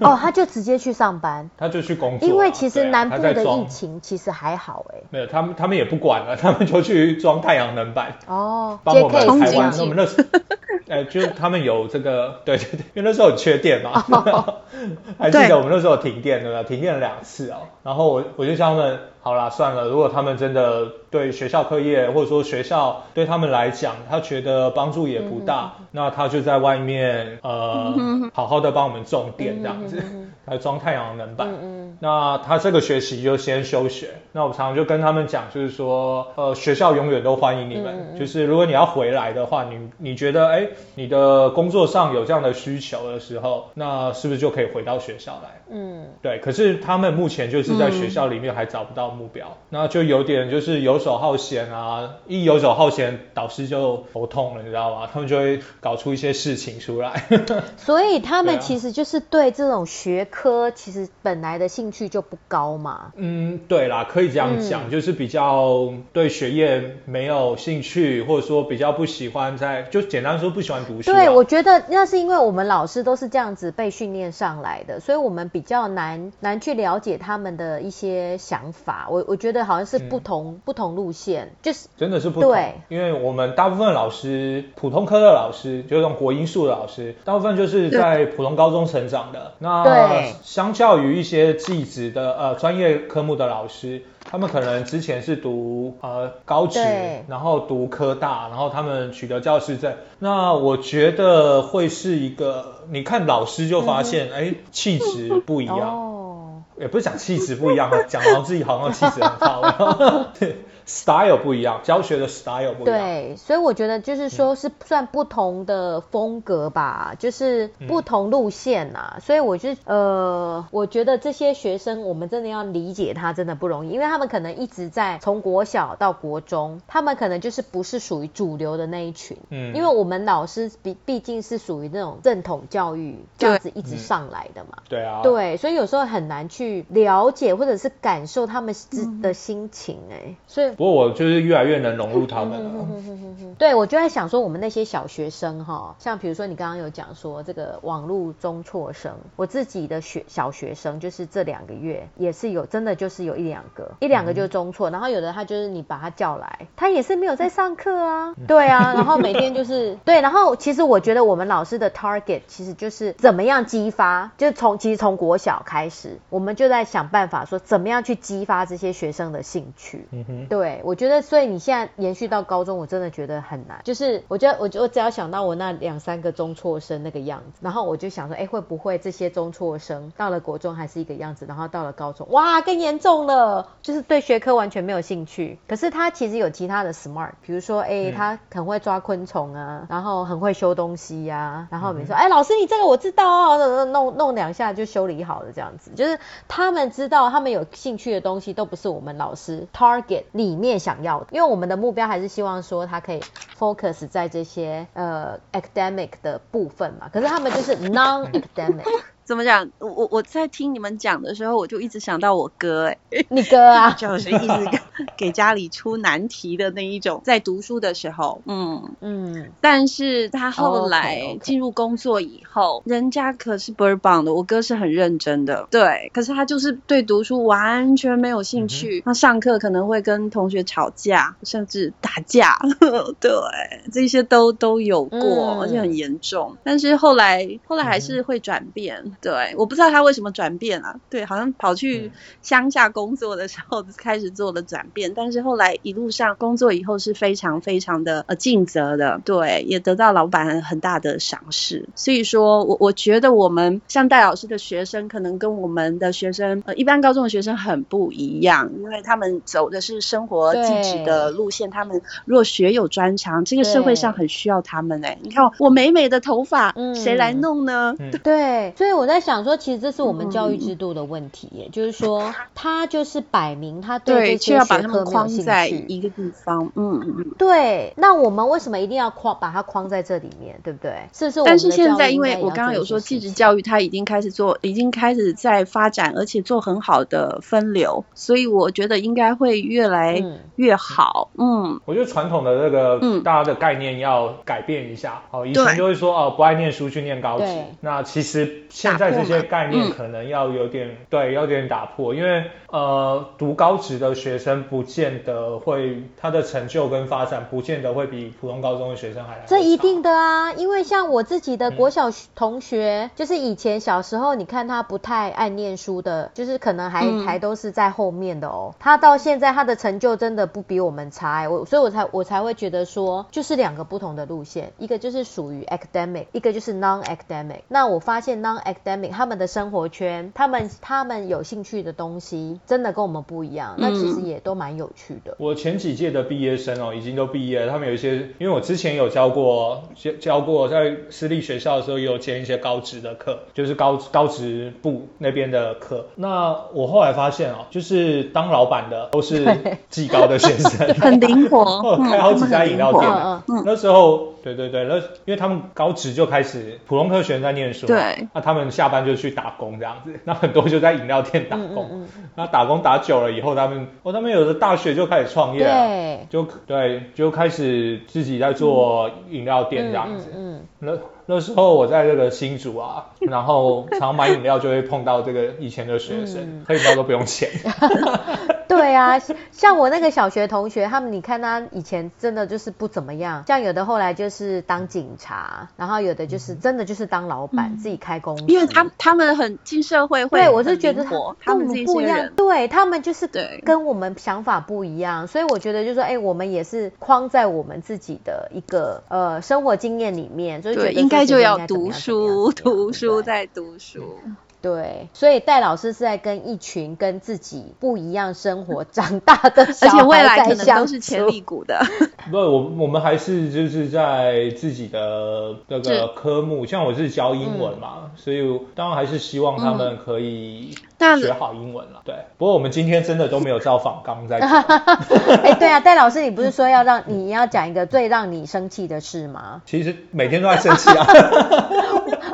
哦，他就直接去上班，
他就去工作啊、
因为其实
对啊
南
他
部
在
的
装
疫情其实还好哎、
没有，他们他们也不管了，他们就去装太阳能板，
哦，
帮我们
接 case
台
这
湾
样，
我们那时，呃，就是他们有这个，对对对，因为那时候很缺 电嘛，还记得我们那时候停电对吧？停电了两次哦，然后我我就叫他们，好啦，算了，如果他们真的对学校课业或者说学校对他们来讲，他觉得帮助也不大，
嗯
那他就在外面呃，好好的帮我们种电这样子，来装太阳能板，
嗯
那他这个学期就先休学。那我常常就跟他们讲，就是说，呃，学校永远都欢迎你们。就是如果你要回来的话，你你觉得，哎，你的工作上有这样的需求的时候，那是不是就可以回到学校来？
嗯，
对，可是他们目前就是在学校里面还找不到目标，那就有点就是游手好闲啊，一游手好闲，导师就头痛了，你知道吗？他们就会搞出一些事情出来。
所以他
对
们
啊
其实就是对这种学科其实本来的兴趣就不高嘛。
嗯，对啦，可以这样讲，就是比较对学业没有兴趣，或者说比较不喜欢在，就简单说不喜欢读书啊、
对，我觉得那是因为我们老师都是这样子被训练上来的，所以我们比较难难去了解他们的一些想法。我我觉得好像
嗯
是不同、不同路线，就是
真的是不同
对，
因为我们大部分老师，普通科的老师，就是那种国英数的老师，大部分就是在普通高中成长的。那
对
相较于一些技职的呃专业科目的老师，他们可能之前是读呃高职
对，
然后读科大，然后他们取得教师证。那我觉得会是一个，你看老师就发现，哎、气质不一样。
嗯哦，
也不是讲气质不一样，讲好像自己好像气质很好 ，style 不一样，教学的 style 不一样。
对，所以我觉得就是说是算不同的风格吧，就是不同路线
嗯
呐、所以我就呃，我觉得这些学生我们真的要理解他真的不容易，因为他们可能一直在从国小到国中，他们可能就是不是属于主流的那一群。
嗯，
因为我们老师毕毕竟是属于那种正统教育这样子一直上来的嘛，
对啊，
对，所以有时候很难去了解或者是感受他们之的心情、哎，所以
不过我就是越来越能融入他们
嗯
啊了。
对，我就在想说，我们那些小学生哈，像比如说你刚刚有讲说这个网络中辍生，我自己的学小学生就是这两个月也是有，真的就是有一两个，一两个就是中
嗯
辍，然后有的他就是你把他叫来，他也是没有在上课啊，
嗯
对啊，然后每天就是对，然后其实我觉得我们老师的 target 其实就是怎么样激发，就是从其实从国小开始，我们就在想办法说怎么样去激发这些学生的兴趣，
嗯哼，
对，我觉得，所以你现在延续到高中，我真的觉得很难。就是我觉得，我我只要想到我那两三个中辍生那个样子，然后我就想说，哎，会不会这些中辍生到了国中还是一个样子，然后到了高中，哇，更严重了，就是对学科完全没有兴趣。可是他其实有其他的 smart，比如说，哎，
嗯
他很会抓昆虫啊，然后很会修东西呀、然后比如说，哎，老师你这个我知道哦，弄弄两下就修理好了，这样子，就是他们知道他们有兴趣的东西都不是我们老师 target 里面想要的，因为我们的目标还是希望说他可以 focus 在这些呃 academic 的部分嘛，可是他们就是 non academic。
怎么讲？我我我在听你们讲的时候，我就一直想到我哥、哎，
你哥啊，
就是一直 给给家里出难题的那一种，在读书的时候，嗯，
嗯，
但是他后
OK，OK
来进入工作以后人家可是倍儿棒的，我哥是很认真的，对，可是他就是对读书完全没有兴趣，他上课可能会跟同学吵架，甚至打架， 对，这些都都有过，
嗯
而且很严重。但是后来后来还是会转变，对，我不知道他为什么转变啊，对，好像跑去
嗯
乡下工作的时候开始做了转变，但是后来一路上工作以后是非常非常的呃尽责的，对，也得到老板很大的赏识。所以说我我觉得我们像戴老师的学生，可能跟我们的学生呃一般高中的学生很不一样，因为他们走的是生活
对
自己的路线，他们如果学有专长，这个社会上
对
很需要他们哎、你看我美美的头发，
嗯
谁来弄呢？
对，所以我在想说，其实这是我们教育制度的问题耶，就是说他就是摆明他
对，
对
就
这些
要把
学
他们
科没有
框
兴
在
趣。
一个地方，嗯嗯嗯。
对，那我们为什么一定要框把它框在这里面，对不对？是不是我们
但
的
是
教育应该也
现在，
要做一些事情？
因为我刚刚有说，继职教育它已经开始做，已经开始在发展，而且做很好的分流，所以我觉得应该会越来
嗯
越好。嗯，
我觉得传统的这个
嗯
大家的概念要改变一下。哦，以
对
前就会说哦，不爱念书去念高职
对。
那其实现在这些概
嗯
念可能要有点、对，有点打破，因为呃，读高职的学生不见得会他的成就跟发展，不见得会比普通高中的学生还来得
这一
差
定的啊，因为像我自己
嗯
的国小学同学，就是以前小时候，你看他不太爱念书的，就是可能还、
嗯
还都是在后面的哦。他到现在他的成就真的不比我们差、哎，我所以我才我才会觉得说，就是两个不同的路线，一个就是属于 academic，一个就是 non academic。那我发现 non academic 他们的生活圈，他们他们有兴趣的东西，真的跟我们不一样，那其实
嗯
也都蛮有趣的。
我前几届的毕业生哦，已经都毕业了。他们有一些，因为我之前有教过，教教过在私立学校的时候，也有兼一些高职的课，就是高高职部那边的课。那我后来发现哦，就是当老板的都是技高的学生，
很 灵活
哦，，
嗯
开好几家饮料店
嗯
呢。那时候，对对对，那因为他们高职就开始普通科学生在念书嘛，
对
那他们下班就去打工这样子， 那很多就在饮料店打
嗯
嗯
工，那打工打久了以后，他们哦，他们有的大学就开始创业了，
对，
就对，就开始自己在做饮料店
嗯
这样
嗯
子。
嗯。
那那时候我在这个新竹啊，然后常买饮料就会碰到这个以前的学
嗯
生，喝饮料都不用钱，
对啊，像像我那个小学同学，他们你看他以前真的就是不怎么样，像有的后来就是当警察，然后有的就是真的就是当老板，自己开公司。
嗯因为他他们很进社会会
嗯对，我
很
是觉得
灵活
他
他
跟
们
我们
这
不
些
一样
人，。
对他们就是
对
跟我们想法不一样，所以我觉得就是说，哎，我们也是框在我们自己的一个呃生活经验里面，就是觉得
对，
说
应该
其
就
实
要
怎么
读
样怎么样
书，
怎么样
读书
对嗯
再读书。
对，所以戴老师是在跟一群跟自己不一样生活长大的小
而且未
孩
来
在
可能
相
都是
处
潜力股的，
不，我我们还是就是在自己的那
是
个科目，像我是教英文嘛，
嗯
所以当然还是希望他们可以
那
学好英文了。对，不过我们今天真的都没有照仿纲在讲。
哎、对啊，戴老师，你不是说要让你 要讲一个最让你生气的事吗？
其实每天都在生气啊，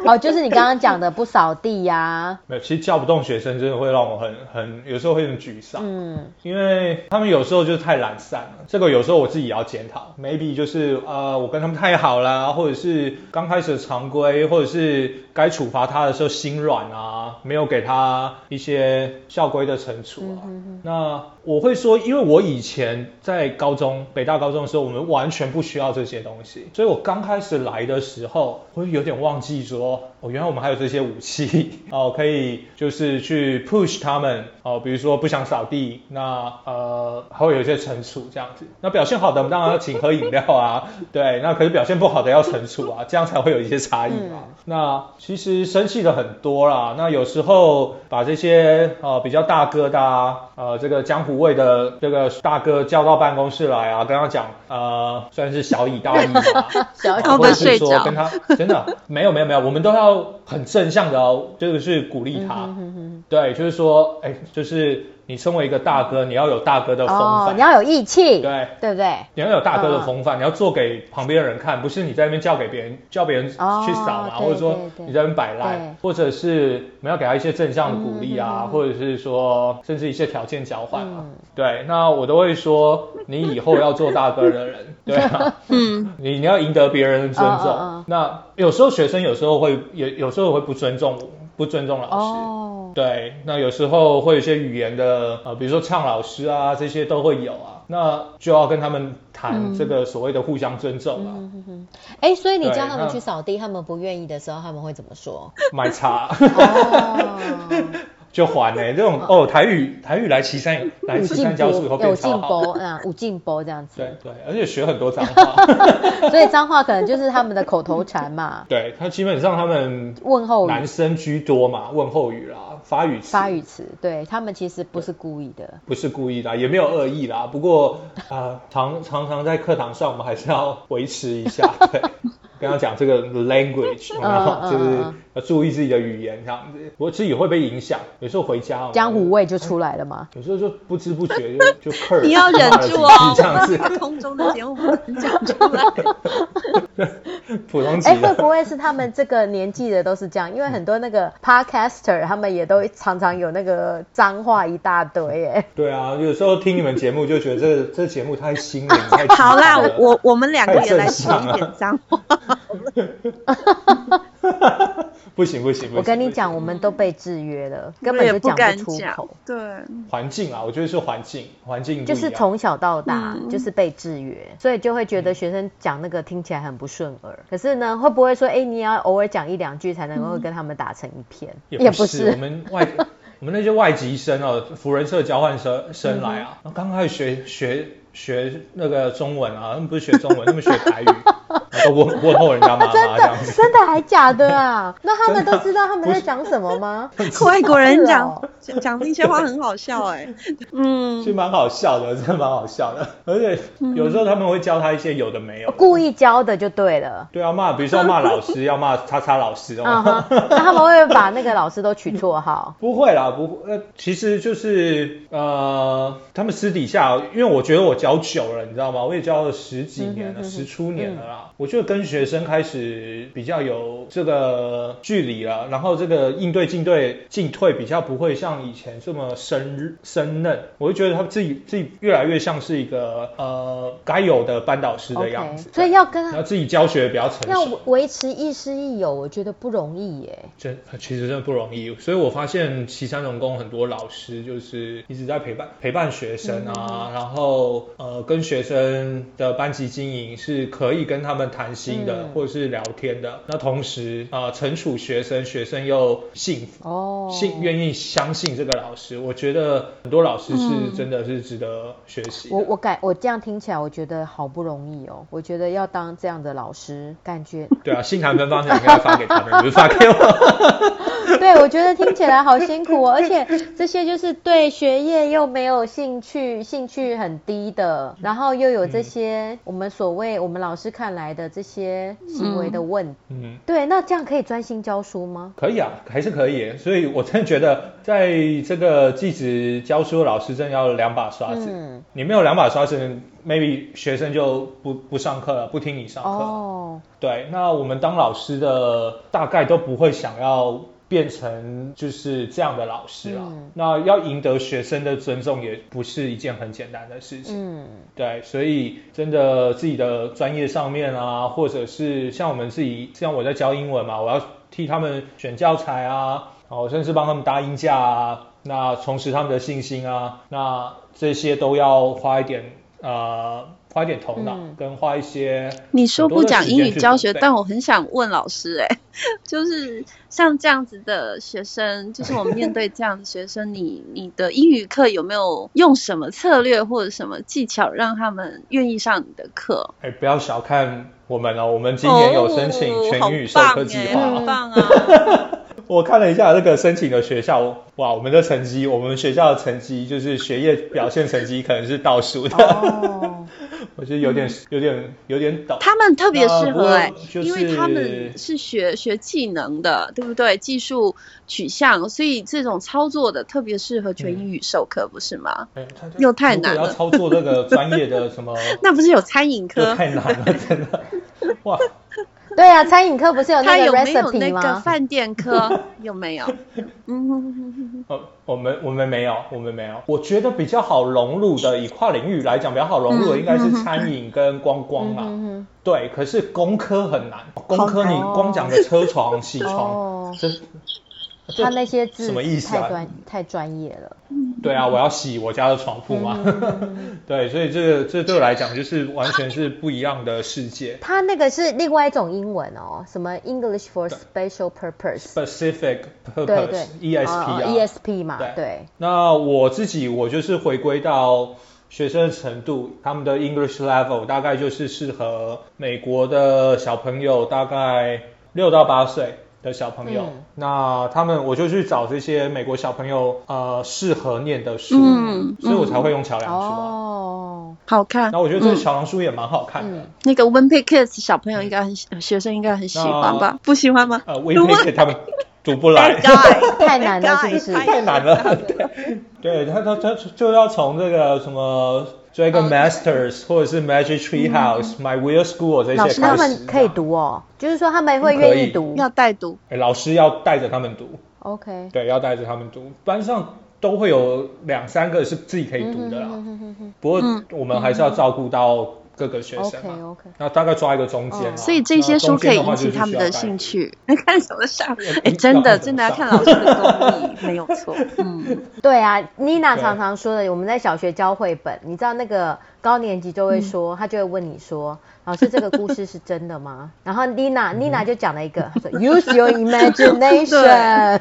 哦，就是你刚刚讲的不扫地啊呀、
没有，其实叫不动学生真的会让我很很有时候会很沮丧，
嗯，
因为他们有时候就是太懒散了。这个有时候我自己也要检讨，maybe 就是呃我跟他们太好啦，或者是刚开始的常规，或者是该处罚他的时候心软啊，没有给他一些校规的惩处啊。那我会说，因为我以前在高中北大高中的时候，我们完全不需要这些东西，所以我刚开始来的时候，我有点忘记说，哦，原来我们还有这些武器 哦，可以就是去 push 他们哦，比如说不想扫地，那呃还会有一些惩处这样子。那表现好的，我们当然要请喝饮料啊， 对，那可是表现不好的要惩处啊，这 样才会有一些差异嘛。那其实生气的很多啦，那有时候把这些呃比较大哥的啊，呃这个江湖味的这个大哥叫到办公室来啊，跟他讲呃算是小以大义嘛，
小以
啊或者是说
大义
跟他真的没有没有没有，我们都要很正向的哦，就是去鼓励
嗯
他，对，就是说哎就是你身为一个大哥，你要有大哥的风
哦，
范，
你要有义气，
对。
对不对？
你要有大哥的
嗯
风范，你要做给旁边的人看，不是你在那边叫给别人叫别人去
哦
扫嘛，
对
或者说
对对
你在那边摆
对嗯
烂，或者是我们要给他一些正向的鼓励啊，或者是说甚至一些条件交换啊。对，那我都会说你以后要做大哥的 人，对啊， 嗯，你你要赢得别人的尊重。
嗯嗯嗯
那有时候学生有时候会有有时候会不尊重我不尊重老师。
哦，
对，那有时候会有一些语言的，呃，比如说呛老师啊，这些都会有啊。那就要跟他们
嗯
谈这个所谓的互相尊重啊，
哎，所以你
对
叫他们
那
去扫地，他们不愿意的时候，他们会怎么 说？
买茶
哦，
就还呢、这种哦，台语台语来岐山来
五
岐
进
山教书以后
波，有
变
进
超好。
波，嗯，五进波这样
对
子，
对，而且学很多 脏话。
所以脏话可能就是他们的口头禅嘛，
对他基本上他们
问候
男
语、
生居多嘛，问候语啦，发语词
发语词，对他们其实不是故意的。
不是故意的啊，也没有恶意啦。不过啊、呃常常常在课堂上，我们还是要维持一 下，对，跟他讲这个 language，然
嗯
后就是要注意自己的语言这样子。不过自己会被影响，有时候回家哦
江湖，味就出来了嘛，
有时候就不知不觉就就 curse，
你要忍住
骂了
哦，
几句这样子，
空中的节目不能讲出来。
普通级
哎，会
的。
不会是他们这个年纪的都是这样？因为很多那个 podcaster 他们也都常常有那个脏话一大堆哎 耶。
对啊，有时候听你们节目就觉得这这节目太心灵 太鸡
好 啦，
汤了
我我我们两个也来
太
学
正常
一
了
点脏话。
不行不行不行，
我跟你
不行
讲，我们都被制约了， 根
嗯我
本
也
就
不
讲
敢
不出
讲
口。
对，
环境啊，我觉得是环境环境不
就
一
是
样
从小到大就是被制约，所以就会
嗯
觉得学生讲那个听起来很不顺耳。可是呢，会不会说，哎，你也要偶尔讲一两句才能够跟他们打成一片？
也不是，我们外我们那些外籍生哦，福人社交换生生来啊，刚开始学学学那个中文啊，他们不是学中文，他们学 台语，然后都问问候人家妈妈这样 子。
真的还假的 啊？那他们
真的
都
啊
知道他们
不
在
是
讲什么吗？
外国人
是哦
讲讲讲那些话很好笑哎、 嗯，
是蛮好笑的，真的蛮好笑的，而且有时候他们会教他一些有的没有的，
故意教的就对 了。
对啊骂，比如说骂老师，要骂叉叉老师
啊
哦，
哈，，那他们会不会把那个老师都取绰号
不会啦，不会，呃，其实就是呃，他们私底下，因为我觉得我教久了，你知道吗？我也教了十几年了，十出年了啦。我就跟学生开始比较有这个距离了，然后这个应对进对进退比较不会像以前这么生生嫩，我就觉得他们自己自己越来越像是一个呃该有的班导师的样
？OK，
子。
所以要跟
然
他
后自己教学比较成
要
熟，
维持亦师亦友，我觉得不容易耶。
真呃其实真的不容易，所以我发现岐山农工很多老师就是一直在陪伴陪伴学生啊，
嗯
然后呃跟学生的班级经营是可以跟他们谈心的，
嗯
或者是聊天的。那同时啊，惩、处学生，学生又幸福。
哦，
信愿意相信这个老师，我觉得很多老师是真的是值得学习
嗯
的、
我我感我这样听起来，我觉得好不容易哦。我觉得要当这样的老师，感觉
对啊，信函芬芳你应该发给他们，不是发给 我。
对我觉得听起来好辛苦哦。而且这些就是对学业又没有兴
嗯
趣，兴趣很低的，然后又有这些我们所谓我们老师看来的的这些行为的问题。
嗯，
对，那这样可以专心教书吗？
可以啊，还是可以。所以我真的觉得，在这个技职教书，老师真的要两把刷子。
嗯，
你没有两把刷子，maybe 学生就不不上课了，不听你上课。
哦，
对，那我们当老师的大概都不会想要变成就是这样的老师啦。
嗯
那要赢得学生的尊重，也不是一件很简单的事情。
嗯，
对，所以真的自己的专业上面啊，或者是像我们自己，像我在教英文嘛，我要替他们选教材啊，哦，甚至帮他们搭音架啊，那重拾他们的信心啊，那这些都要花一点呃，花一点头脑，
嗯
跟花一些
你说不讲英语教学，
很多的时间去准备
但我很想问老师、哎， 就是像这样子的学生，就是我们面对这样的学生，你你的英语课有没有用什么策略或者什么技巧让他们愿意上你的课？
哎，不要小看我们哦，我们今年有申请全英语授课计划。
哦好棒哎好棒啊！
我看了一下那个申请的学校，哇，我们的成绩，我们学校的成绩就是学业表现成绩可能是倒数的，
哦，
我觉得有点、有点有点倒。
他们特别适合哎、
那不就是
因为他们是学学技能的，对不对？技术取向，所以这种操作的特别适合全英语授课，不是吗？
哎他就
又太难
如果
了
要操作那个专业的什么，
那不是有餐饮
又
科？
太难了， 真的。哇，
对啊，餐饮课不是有
他
那
有
个
没有那
recipe
个
吗？
饭店科？有没 有？嗯，
呃，我们我们没有，我们没有。我觉得比较好融入的，以跨领域来讲比较好融入的，应该是餐饮跟观光啦。
嗯
对，可是工科很难，工科你光讲个车床、铣
哼，
床，
哦，
这这
他那些字
什么意思啊
太专太专业了，
对啊，我要洗我家的床铺嘛。
嗯
对，所以这个这对我来讲就是完全是不一样的世界。
他那个是另外一种英文哦，什么 English for special purpose，
Specific
对对
purpose ESP 啊
哦哦 ESP 嘛，
对
对，
那我自己我就是回归到学生的程度，他们的 English level 大概就是适合美国的小朋友，大概六到八岁的小朋友。
嗯
那他们我就去找这些美国小朋友呃适合念的书，
嗯
所以我才会用桥梁书啊。
嗯哦，
好看
那。我觉得这个桥梁书也蛮好看的。
嗯
那个 One Pick Kids 小朋友应该很喜，学生应该很喜欢吧？不喜欢吗？
呃，
嗯
我也没给他们读不 来。
太难了是不 是？
太难了，对他他他就要从这个什么
哦
Dragon Masters 或者是 Magic Tree House、My
嗯
Wheel School 这些
老
开
师
始。
他
啊
们可以读哦，就是说他们
嗯
会愿意读。
要带 读。
哎，老师要带着他们读，
OK，
对，要带着他们读。班上都会有两三个是自己可以读
嗯
的啦，
嗯
不过我们还是要照顾到各个学生
OK，
嘛。
OK
那大概抓一个中间啊、
哦所以这些书可以
那中
引
间
起
话
他
就是需
们
要
的
带
兴。趣。看什么上？ 哎，
哎
真的，
要看什么上
真的要看老师的 功力，没有错。嗯，
对啊，妮娜
对
常常说的，我们在小学教绘本，你知道那个高年级就会说，他就会问你 说，老师这个故事是真的吗？然后妮娜妮娜就讲了一个，她说 Use your imagination。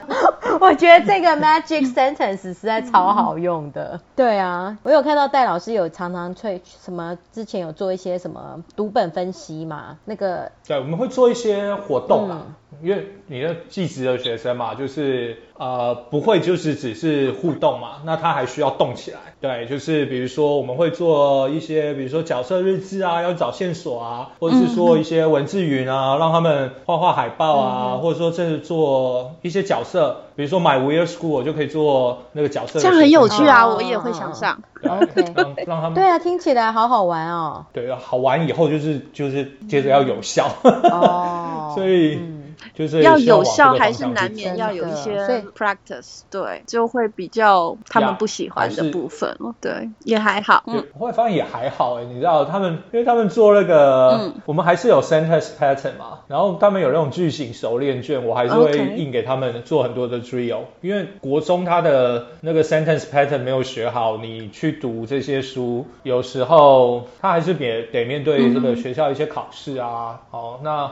我 觉得这个 magic sentence 实在超好用的。对啊，我有看到戴老师有常常去什么，之前有做一些什么读本分析嘛，那 个
对，我们会做一些活动
嗯
啊，因为你的技职的学生嘛，就是呃不会就是只是互动嘛，那他还需要动起来。对，就是比如说我们会做一些，比如说角色日志啊，要找线索啊，或者是
嗯
说一些文字云啊，让他们画画海报啊，
嗯
或者说甚至做一些角色，比如说买 Weird School 我就可以做那个角色的
这样很有
设计
趣啊，
哦
我也会想上。
对
OK
让让他们
对啊，听起来好好玩 哦。
对好玩以后就是就是接着要有效。，
哦
所以
嗯
就是
嗯要
希望
有
往
效
这个
还
方
是
向去啊
难
走
免要有一
真
些
的所以
practice，对，就会比较他们
呀
不喜欢
还
的
是
部分了，对，也还好，
对
嗯，
我会发现也还好哎、你知道他们，因为他们做那个，
嗯
我们还是有 sentence pattern 嘛，然后他们有那种句型熟练卷，我还是会
OK
硬给他们做很多的 drill，因为国中他的那个 sentence pattern 没有学好，你去读这些书，有时候他还是得得面对这个学校一些考试啊，哦，那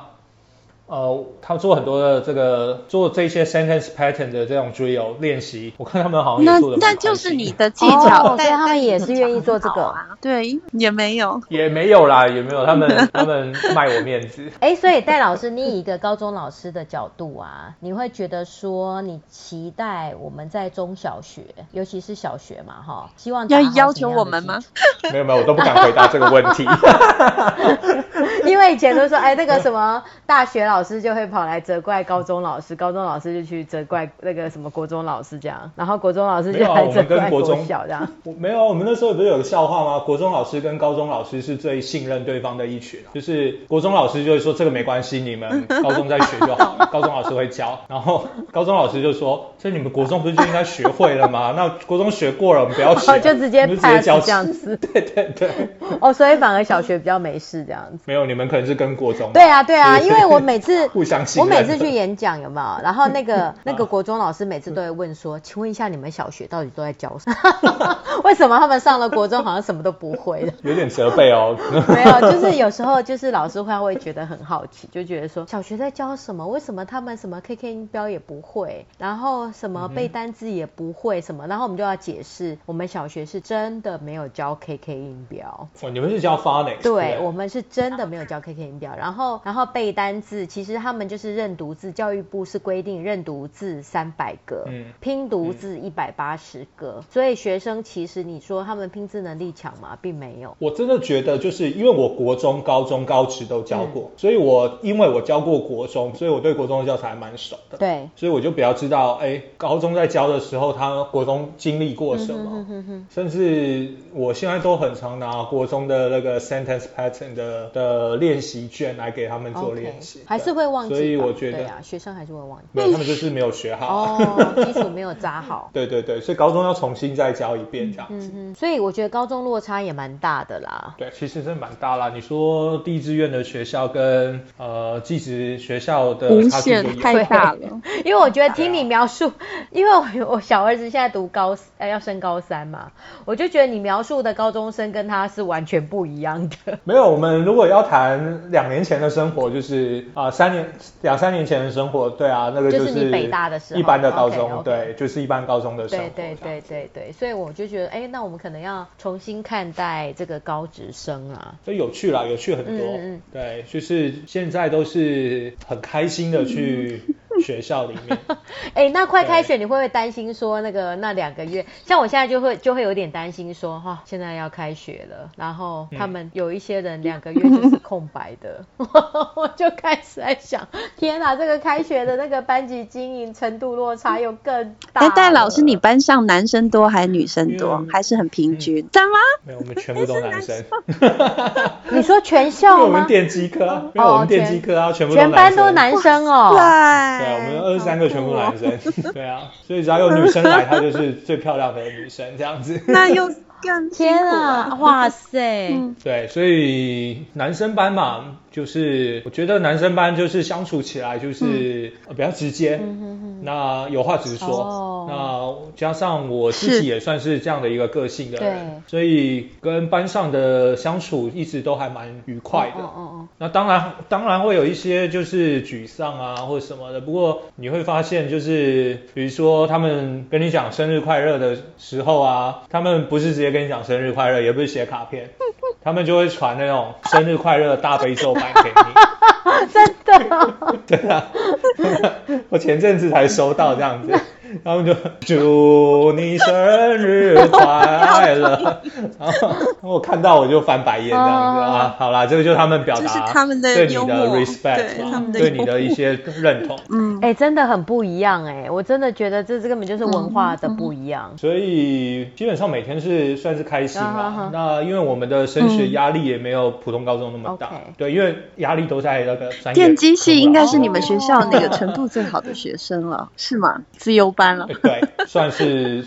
呃，他做很多的这个做这些 sentence pattern 的这种 drill 练习，我看他们好像
那
也做的
那就是你的技
哦
巧，
所以
但
他们也是愿意做这个
啊。对，也没有。
也没有啦，也没有，他 们他们卖我面子。
哎，所以戴老师，你以一个高中老师的角度啊，你会觉得说，你期待我们在中小学，尤其是小学嘛，哈，希望
要
打好
要
什
求
么样
我
的
们
基
吗？
没有没有，我都不敢回答这个问题。
因为以前都说，哎，那个什么大学老师就会跑来责怪高中老师，高中老师就去责怪那个什么国中老师这样，然后国中老师就
没有啊
来
我
责
们跟
怪
国中
小这 样。
我没有啊，我们那时候不是有个笑话吗？国中老师跟高中老师是最信任对方的一群啊，就是国中老师就会说这个没关系，你们 高中再学就好了，高中老师会教。然后 高中老师就说，这你们国中不是就应该学会了吗？那国中学过了，我们不要学，
哦，就直接
你们直接
pass
教
这样子，
对对对，
哦，所以反而小学比较没事这样子。
没有，你们可能是跟国中吧
对啊，对啊，
是
因为我每次
互相信
我
任
每
的
次去演讲有没有？然后那个那个国中老师每次都会问说，请问一下你们小学到 底都在教什么？为什么他们上了国中好像什么都不会了？
有点责备哦。
没有，就是有时候就是老师会会觉得很好奇，就觉得说小学在教什么？为什么他们什么 KK 音标也不会，然后什么背单字也不会什么？然后我们就要解释，我们小学是真的没有教 KK 音标。
哦，你们是教 phonics
对
不
我们是真的没有
啊
教 KK 音标，然后然后背单字，其实他们就是认读字，教育部是规定认读字三百个，
嗯
拼读字一百八十个，所以学生其实你说他们拼字能力强吗？并没有。
我真的觉得，就是因为我国中、高中、高职都教
嗯
过，所以我因为我教过国中，所以我对国中的教材还蛮熟的。
对，
所以我就比较知道，哎，高中在教的时候，他国中经历过什么，
嗯哼哼
甚至我现在都很常拿国中的那个 sentence pattern 的的练习卷来给他们做
OK，
练习
还是会忘记吧，
所以我觉得
对啊，学生还是会忘记。
没有，他们就是没有学好。
哦，基础没有扎 好。
对对对，所以高中要重新再教一遍这样子。
嗯哼，所以我觉得高中落差也蛮大的啦。
对，其实真的蛮大啦。你说第一志愿的学校跟呃技职学校的
无
差距就
限
有
太大了，
因为我觉得听你描述，因为我我小儿子现在读高呃要升高三嘛，我就觉得你描述的高中生跟他是完全不一样的。
没有，我们如果要谈两年前的生活，就是啊、三年两三年前的生活，对啊，那个
就是
是
你北大的时候
一般的高中
OK，OK
对，就是一般高中的生活
对，对
这
对
样
对对，所以我就觉得，哎，那我们可能要重新看待这个高职生啊。
所以有趣啦，有趣很多，
嗯嗯嗯
对，就是现在都是很开心的去学校里 面，
哎，那快开学你会不会担心说那个那两个月？像我现在就会就会有点担心说哈、现在要开学了，然后
嗯
他们有一些人两个月就是空白的， 我就开始在想，天哪，这个开学的那个班级经营程度落差又更大了。
哎但戴老师，你班上男生多还是女生多
嗯？
还是很平均？怎么？
没有，我们全部都
哎
男生，
你说全
因为
校
我们
吗？
电机科啊，因为
哦
我们电
全
机科啊，全部
全班都
生
男生哦。
对，啊我
对哦
们二十三个全部男生， 对啊，所以只要有女生来，她就是最漂亮的女生这样子。
那又更辛
天
苦嗯
啊，
了。
哇塞！
对，所以男生班嘛，就是我觉得男生班就是相处起来
嗯
就是、呃比较直接，那有话直说。
哦
那加上我自己也算是这样的一个个性的人，所以跟班上的相处一直都还蛮愉快的。
哦哦哦，
那当然，当然会有一些就是沮丧啊或什么的。不过你会发现，就是比如说他们跟你讲生日快乐的时候啊，他们不是直接跟你讲生日快乐，也不是写卡片，他们就会传那种生日快乐大悲咒版给你。
真的哦、
我前阵子才收到这样子，他们就祝你生日快乐。然后我看到我就翻白眼这样子啊，好啦，这个就是他们表达
哦这是他们的
对你
幽
的
默
respect，
对
嘛
他们的
对
幽
你的一些认同。
嗯，
哎、真的很不一样哎、我真的觉得这这根本就是文化的不一样。
所以基本上每天是算是开心
啊哈
啦。那因为我们的升
嗯
学压力也没有普通高中那么大
OK，
对，因为压力都在那个专业
电机系应该
科 目
是你们学校那个程度最好的学生了，是吗？自由班了
啦。。对，算是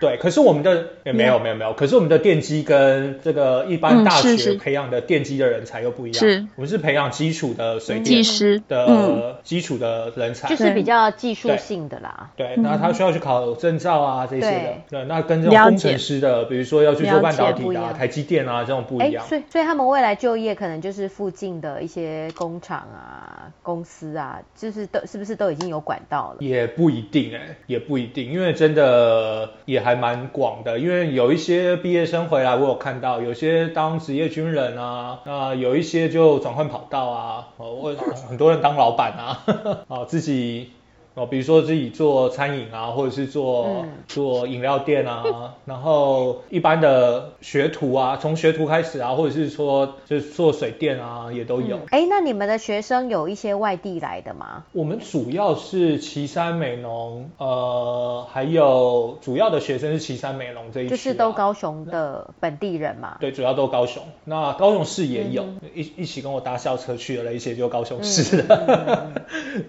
对。可是我们的也没有没有没有，可是我们的电机跟这个一般
嗯
大
是
学
是
培养的电机的人才又不一样，
是
我们是培养基础的水
技
电
师，嗯，
的基础的人才，
就是比较技术性的啦。
对，
嗯
那他需要去考证照啊这些的
对，
对，那跟这种
了
工程
解
师的，比如说要去做
了
半导
解不
体
一
的啊、
样
台积电啊这种不
哎
一样，。
所以所以他们未来就业可能就是附近的一些工厂啊、公司啊，就是都是不是都已经有管道了？
也不一定哎、也不一定，因为真的也还蛮广的。因为有一些毕业生回来，我有看到，有些当职业军人啊，那有一些就转换跑道啊，哦，我很多人当老板啊， 哦，自己哦，比如说自己做餐饮啊，或者是做、
嗯
做饮料店啊， 然后一般的学徒啊，从学徒开始啊，或者是说就是做水电啊，也都有。
哎，那你们的学生有一些外地来的吗？
我们主要是岐山美农，呃，还有主要的学生是岐山美农这一区、啊，
就是都高雄的本地人嘛。
对，主要都高雄。那高雄市也
嗯
有、一一起跟我搭校车去的一些就高雄市
嗯
的，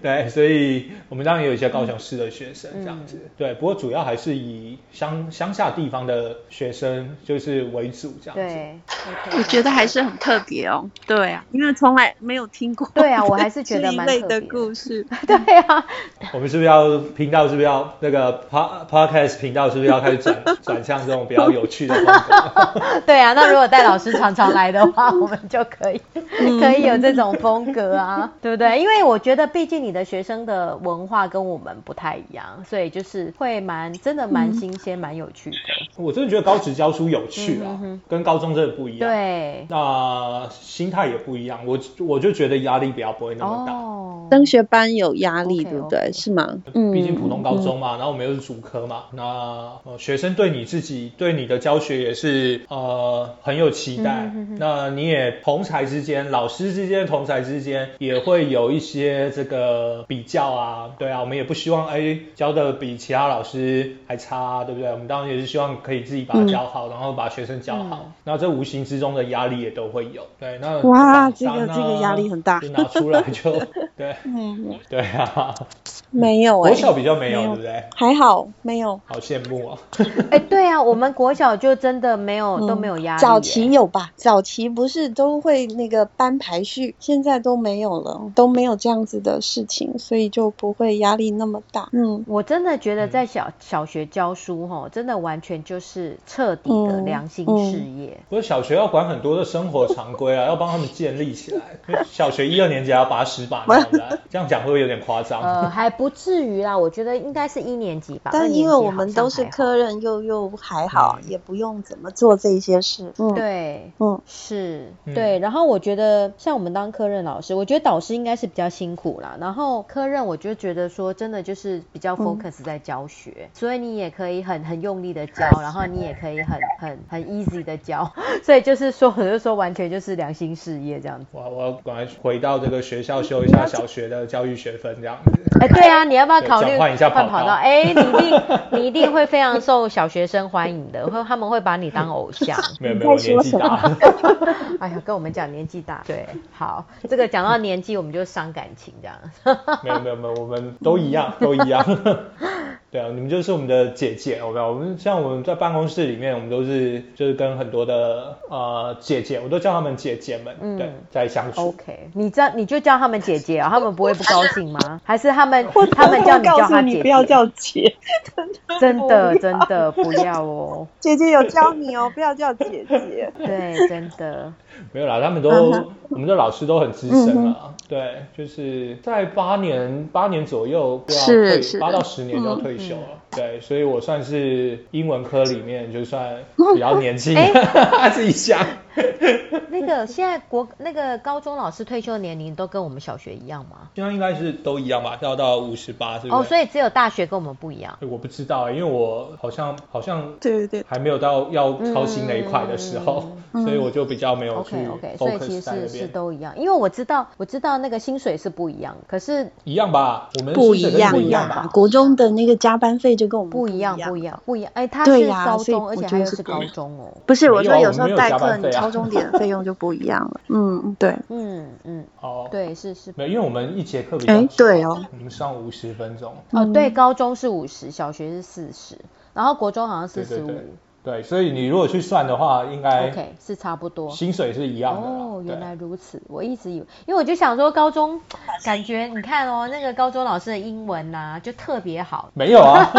对，所以我们当然也有一些高雄市的学生这样子，
嗯
对。不过主要还是以乡乡下地方的学生就是为主这样子。
对
我觉得还是很特别哦。对啊，因为从来没有听 过。
对啊我还是觉得
这一
蛮
类
特
的
别
故事。
对 啊，
我们是不是要频道是不是要那个 pod podcast 频道是不是要开始 转转向这种比较有趣的风格？
对啊。那如果戴老师常常来的话，我们就可以
嗯
可以有这种风格啊，对不对？因为我觉得，毕竟你的学生的文化跟我们不太一样，所以就是会蛮真的
嗯
蛮新鲜、蛮有趣的。
我真的觉得高职教书有趣啊，
嗯哼哼
跟高中真的不一样。，
对，
那心态也不一样。我我就觉得压力比较不会那么大，
哦，
升学班有压力，对不对？
OK，OK
是吗？嗯，
毕竟普通高中嘛，然后我们又是主科嘛，那、呃、学生对你自己对你的教学也是呃很有期
嗯
待。那你也同才之间、老师之间、同才之间也会有一些这个比较啊，对啊，我们也不希望哎教的比其他老师还差、啊，对不对？我们当然也是希望可以自己
嗯
把它教好，然后把学生教好。那这无形之中的压力也都会有，对，那
哇
厂商
这个
呢
这个压力很大
就拿出来 就对，嗯，对啊，
没有哎、
国小比较没有，
没有
对不对？
还好没有。
好羡慕哦！
哎，对啊，我们国小就真的没
嗯
有都没有压力耶。
早期有吧？早期不是都会那个班排序，现在都没有了，都没有这样子的事情，所以就不会压力那么大。嗯，
我真的觉得在小小学教书吼，真的完全就是彻底的
嗯
良心
嗯
事业。
不过小学要管很多的生活常规啊，要帮他们建立起来。因为小学一二年级要把屎把尿的，啊这样讲会不会有点夸张？
呃，还不至于啦，我觉得应该是一年级吧。二
但
年
因
级
为我
好
们
像
都是
还好，
科任，又又还好，也不用怎么做这些事。嗯，，
对，
嗯，
是，
嗯
对。然后我觉得像我们当科任老师，我觉得导师应该是比较辛苦啦。然后科任，我就觉得说真的就是比较 focus 在教学，所以你也可以很很用力的教，然后你也可以很很很 easy 的教。 所以就是说，我就说完全就是良心事业这样子。
我我赶快回到这个学校修一下小学的教育学分，这样子。
哎，对啊，你要不要考虑
转换一下跑道
换哎，你一定你一定会非常受小学生欢迎的，会他们会把你当偶像。
没有没有，我年纪大了，
哎呀，跟我们讲年纪大，对，好，这个讲到年纪我们就伤感情这样。
没有没有没有，我们都一样，都一样。 对啊，你们就是我们的姐姐，有没有？我们像我们在办公室里面，我们都是就是跟很多的呃姐姐，我都叫她们姐姐们，
嗯
对，在相处。
OK，你知道你就叫他们姐 姐哦，他们不会不高兴吗？还是他们他们叫你
告
叫
诉
他
你
姐
不要
姐？
叫姐，
真的真的不要哦，
姐姐有教你哦，不要叫姐姐。
对，真的。
没有啦，他们都、
啊
我们的老师都很资深
嗯
了，对，就是在八年八年左右就要
是
退，
是
八到十年就要退休
嗯
了，对，所以我算是英文科里面就算
哦
比较年轻，
哎
自己想，
那个现在国那个高中老师退休年龄都跟我们小学一样吗？
现在应该是都一样吧，要到五十八，是不是？
哦，所以只有大学跟我们不一样。
我不知道、因为我好像好像
对对对，
还没有到要操心那一块的时候，所以我就比较没有去
嗯 OK OK，所以
focus
其实
在那
是是
边。
都一样，因为我知道我知道那个薪水是不一样，可是
一样吧，我们
不
薪水
一
跟你
样
们
不一样吧
吧？国中的那个加班费就跟我们
不一样
样
不一样不一样，哎，他
对
是
呀
高
所以
中，
我
而
觉
且还
得
有
是
是
不一
高
样
中哦。
不是，我
没
说
有
有
我
时
们
候
没有
代
加班
课你
费啊
高中点的费用就不一样了。嗯，对，
嗯嗯，
哦，，
对，是是。
没有，因为我们一节课比较
哎，
久，
对哦，
我们上五十分钟，
哦，对，高中是五十，小学是四十，然后国中好像四
对对
十
对
五
对，所以你如果去算的话，应该
，OK，是差不多。
薪水是一样的啦。
哦，
对
原来如此，我一直以为，因为我就想说高中，感觉你看哦，那个高中老师的英文呐、就特别好，
没有啊，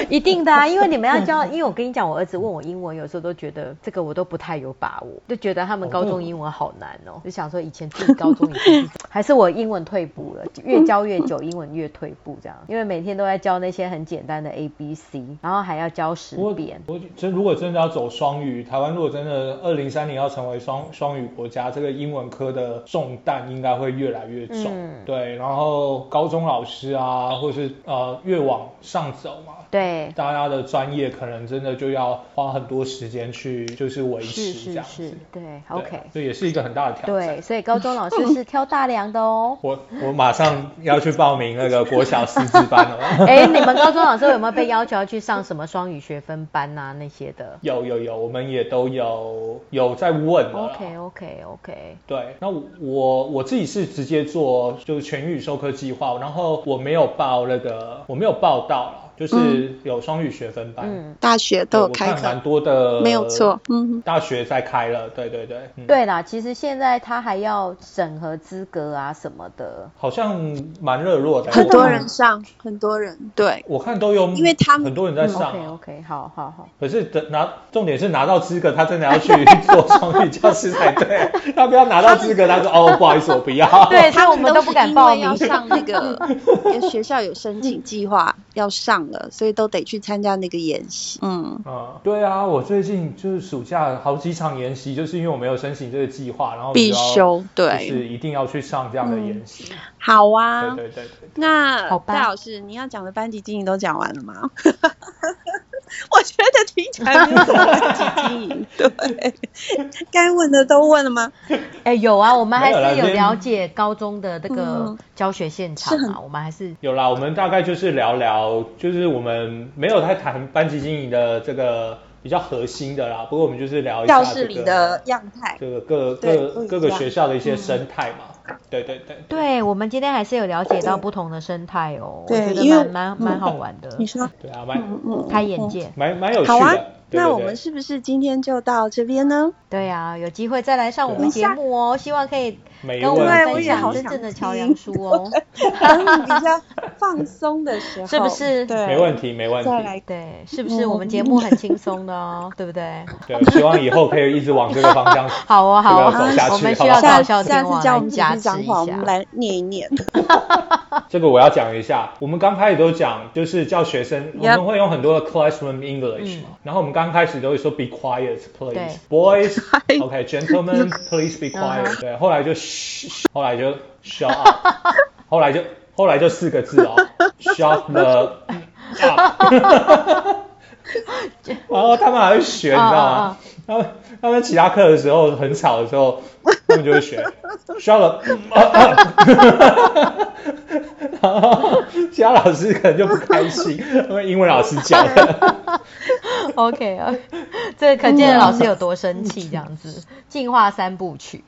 一定的啊，因为你们要教，因为我跟你讲，我儿子问我英文，有时候都觉得这个我都不太有把握，就觉得他们高中英文好难哦， 就想说以前自己 高中以前是还是我英文退步了，越教越久，英文越退步这样，因为每天都在教那些很简单的 A B C，然后还要教十
不过
遍。
我真如果真的要走双语，台湾如果真的二零三零要成为双双语国家，这个英文科的重担应该会越来越重。
嗯
对，然后高中老师啊，或是呃越往上走嘛，
对，
大家的专业可能真的就要花很多时间去就是维
是
持这
是
样子。
是，对
对
，OK，
这也是一个很大的挑战。
对，所以高中老师是挑大梁的
。
哦
我我马上要去报名那个国小师资 班了。
哎，你们高中老师有没有被要求要去上什么双语学分班啊那些的
有有有，我们也都有有在问了啦。
？OK OK OK，
对，那我我自己是直接做就是全语授课计划，然后我没有报那个，我没有报到啦，就是有双语学分班，
嗯，
大学
对
嗯都有
我
开
看蛮呃
课，
多的，
没有错，，嗯，
大学在开了，对对对，嗯、，
对啦，其实现在他还要审核资格啊什么的。
好像蛮热络的，
很
我
多
看
人上，很多人对。
我看都有，
因为他们嗯
很多人在上
OK
啊、
OK，好嗯好好，
可是等拿重点是拿到资格，他真的要去做双语教师才对，他不要拿到资格，他说哦不好意思我不要，
对，所以
他
我们
都
都不敢报名
是因为要。上那个， 因为学校有申请计划要上了，所以都得去参加那个演习。嗯，
嗯， 对啊，我最近就是暑假好几场研习，就是因为我没有申请这个计划，然后
必
我就要
修对
就是一定要去上这样的研习。
好啊。
对对对对，
那
好吧
戴老师，你要讲的班级经营都讲完了吗？ 我觉得听起来没有什么班级经营，对，该问的都问了吗？
哎，有啊，我们还
没有啦
是有
这
了解高中的这个
嗯
教学现场啊，我们还是
有啦，我们大概就是聊聊，就是我们没有太谈班级经营的这个比较核心的啦，不过我们就是聊一下
教室
这
里
个
的样态，
这个各
对
各
不一
各个
样嗯
学校的一些生态嘛。对对对，
对，我们今天还是有了解到不同的生态哦，我
对
觉得
因为嗯
蛮蛮蛮好玩的
你，说，
对啊，蛮
嗯嗯，
开眼界。
蛮蛮有趣
好啊
的。对
那
对
我
对
们是不是今天就到这边呢？
对啊，有机会再来上我们
对啊哎
节目哦，希望可以
没
跟我
问
们
题
分
对我也
享
好
真
想
正的桥
听
梁书 哦，
等你比较放松的时候，
是不是
对，
没问题，没问
再
题。
来
对，是不是我们节目很轻松的哦，对不对？
对，希望以后可以一直往这个方 向
好哦，好哦
这个走下，去
我们需
好不
要
好
搞
下
笑
下
天
次
王
叫我
来
们讲
加持
讲
一
话，我们
下。
来念一 念。
这个我要讲一下，我们刚开始都讲，就是叫学生，我
Yep
们会用很多的 classroom English
嗯
嘛，然后我们刚开始都会说 be quiet
对
please，boys，OK gentlemen please be
嗯
Uh-huh.
quiet，对，后来就嘘，嘘后来就 shut up，后 来就后来就四个字哦，shut the up，然后他们还会学，
哦
你知道吗？他们他们其他课的时候很吵的时候，他们就会学 shut up，然后其他老师可能就不开心，因为英文老师教的。
OK 啊，这可
嗯
见老师有多 生气，这样子进化三部曲。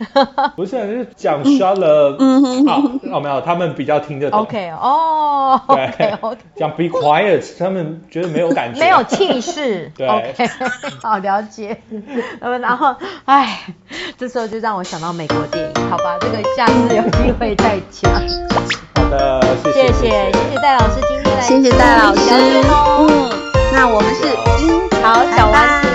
不是，就是讲 shut up，啊，哦没有，他们比较听得
嗯
懂。
OK 哦
对
，OK OK，
讲 be quiet，他们觉得没有感觉，
没有气势。
对
OK，好 了解。呃然后，哎，这时候就让我想到美国电影，好吧，这个下次有机会再讲。
好的，谢
谢
谢
谢谢谢戴老师今天来，
嗯谢谢戴老师，
聊天哦。
嗯，那我们是樱
好，小
拜拜
丸子，哦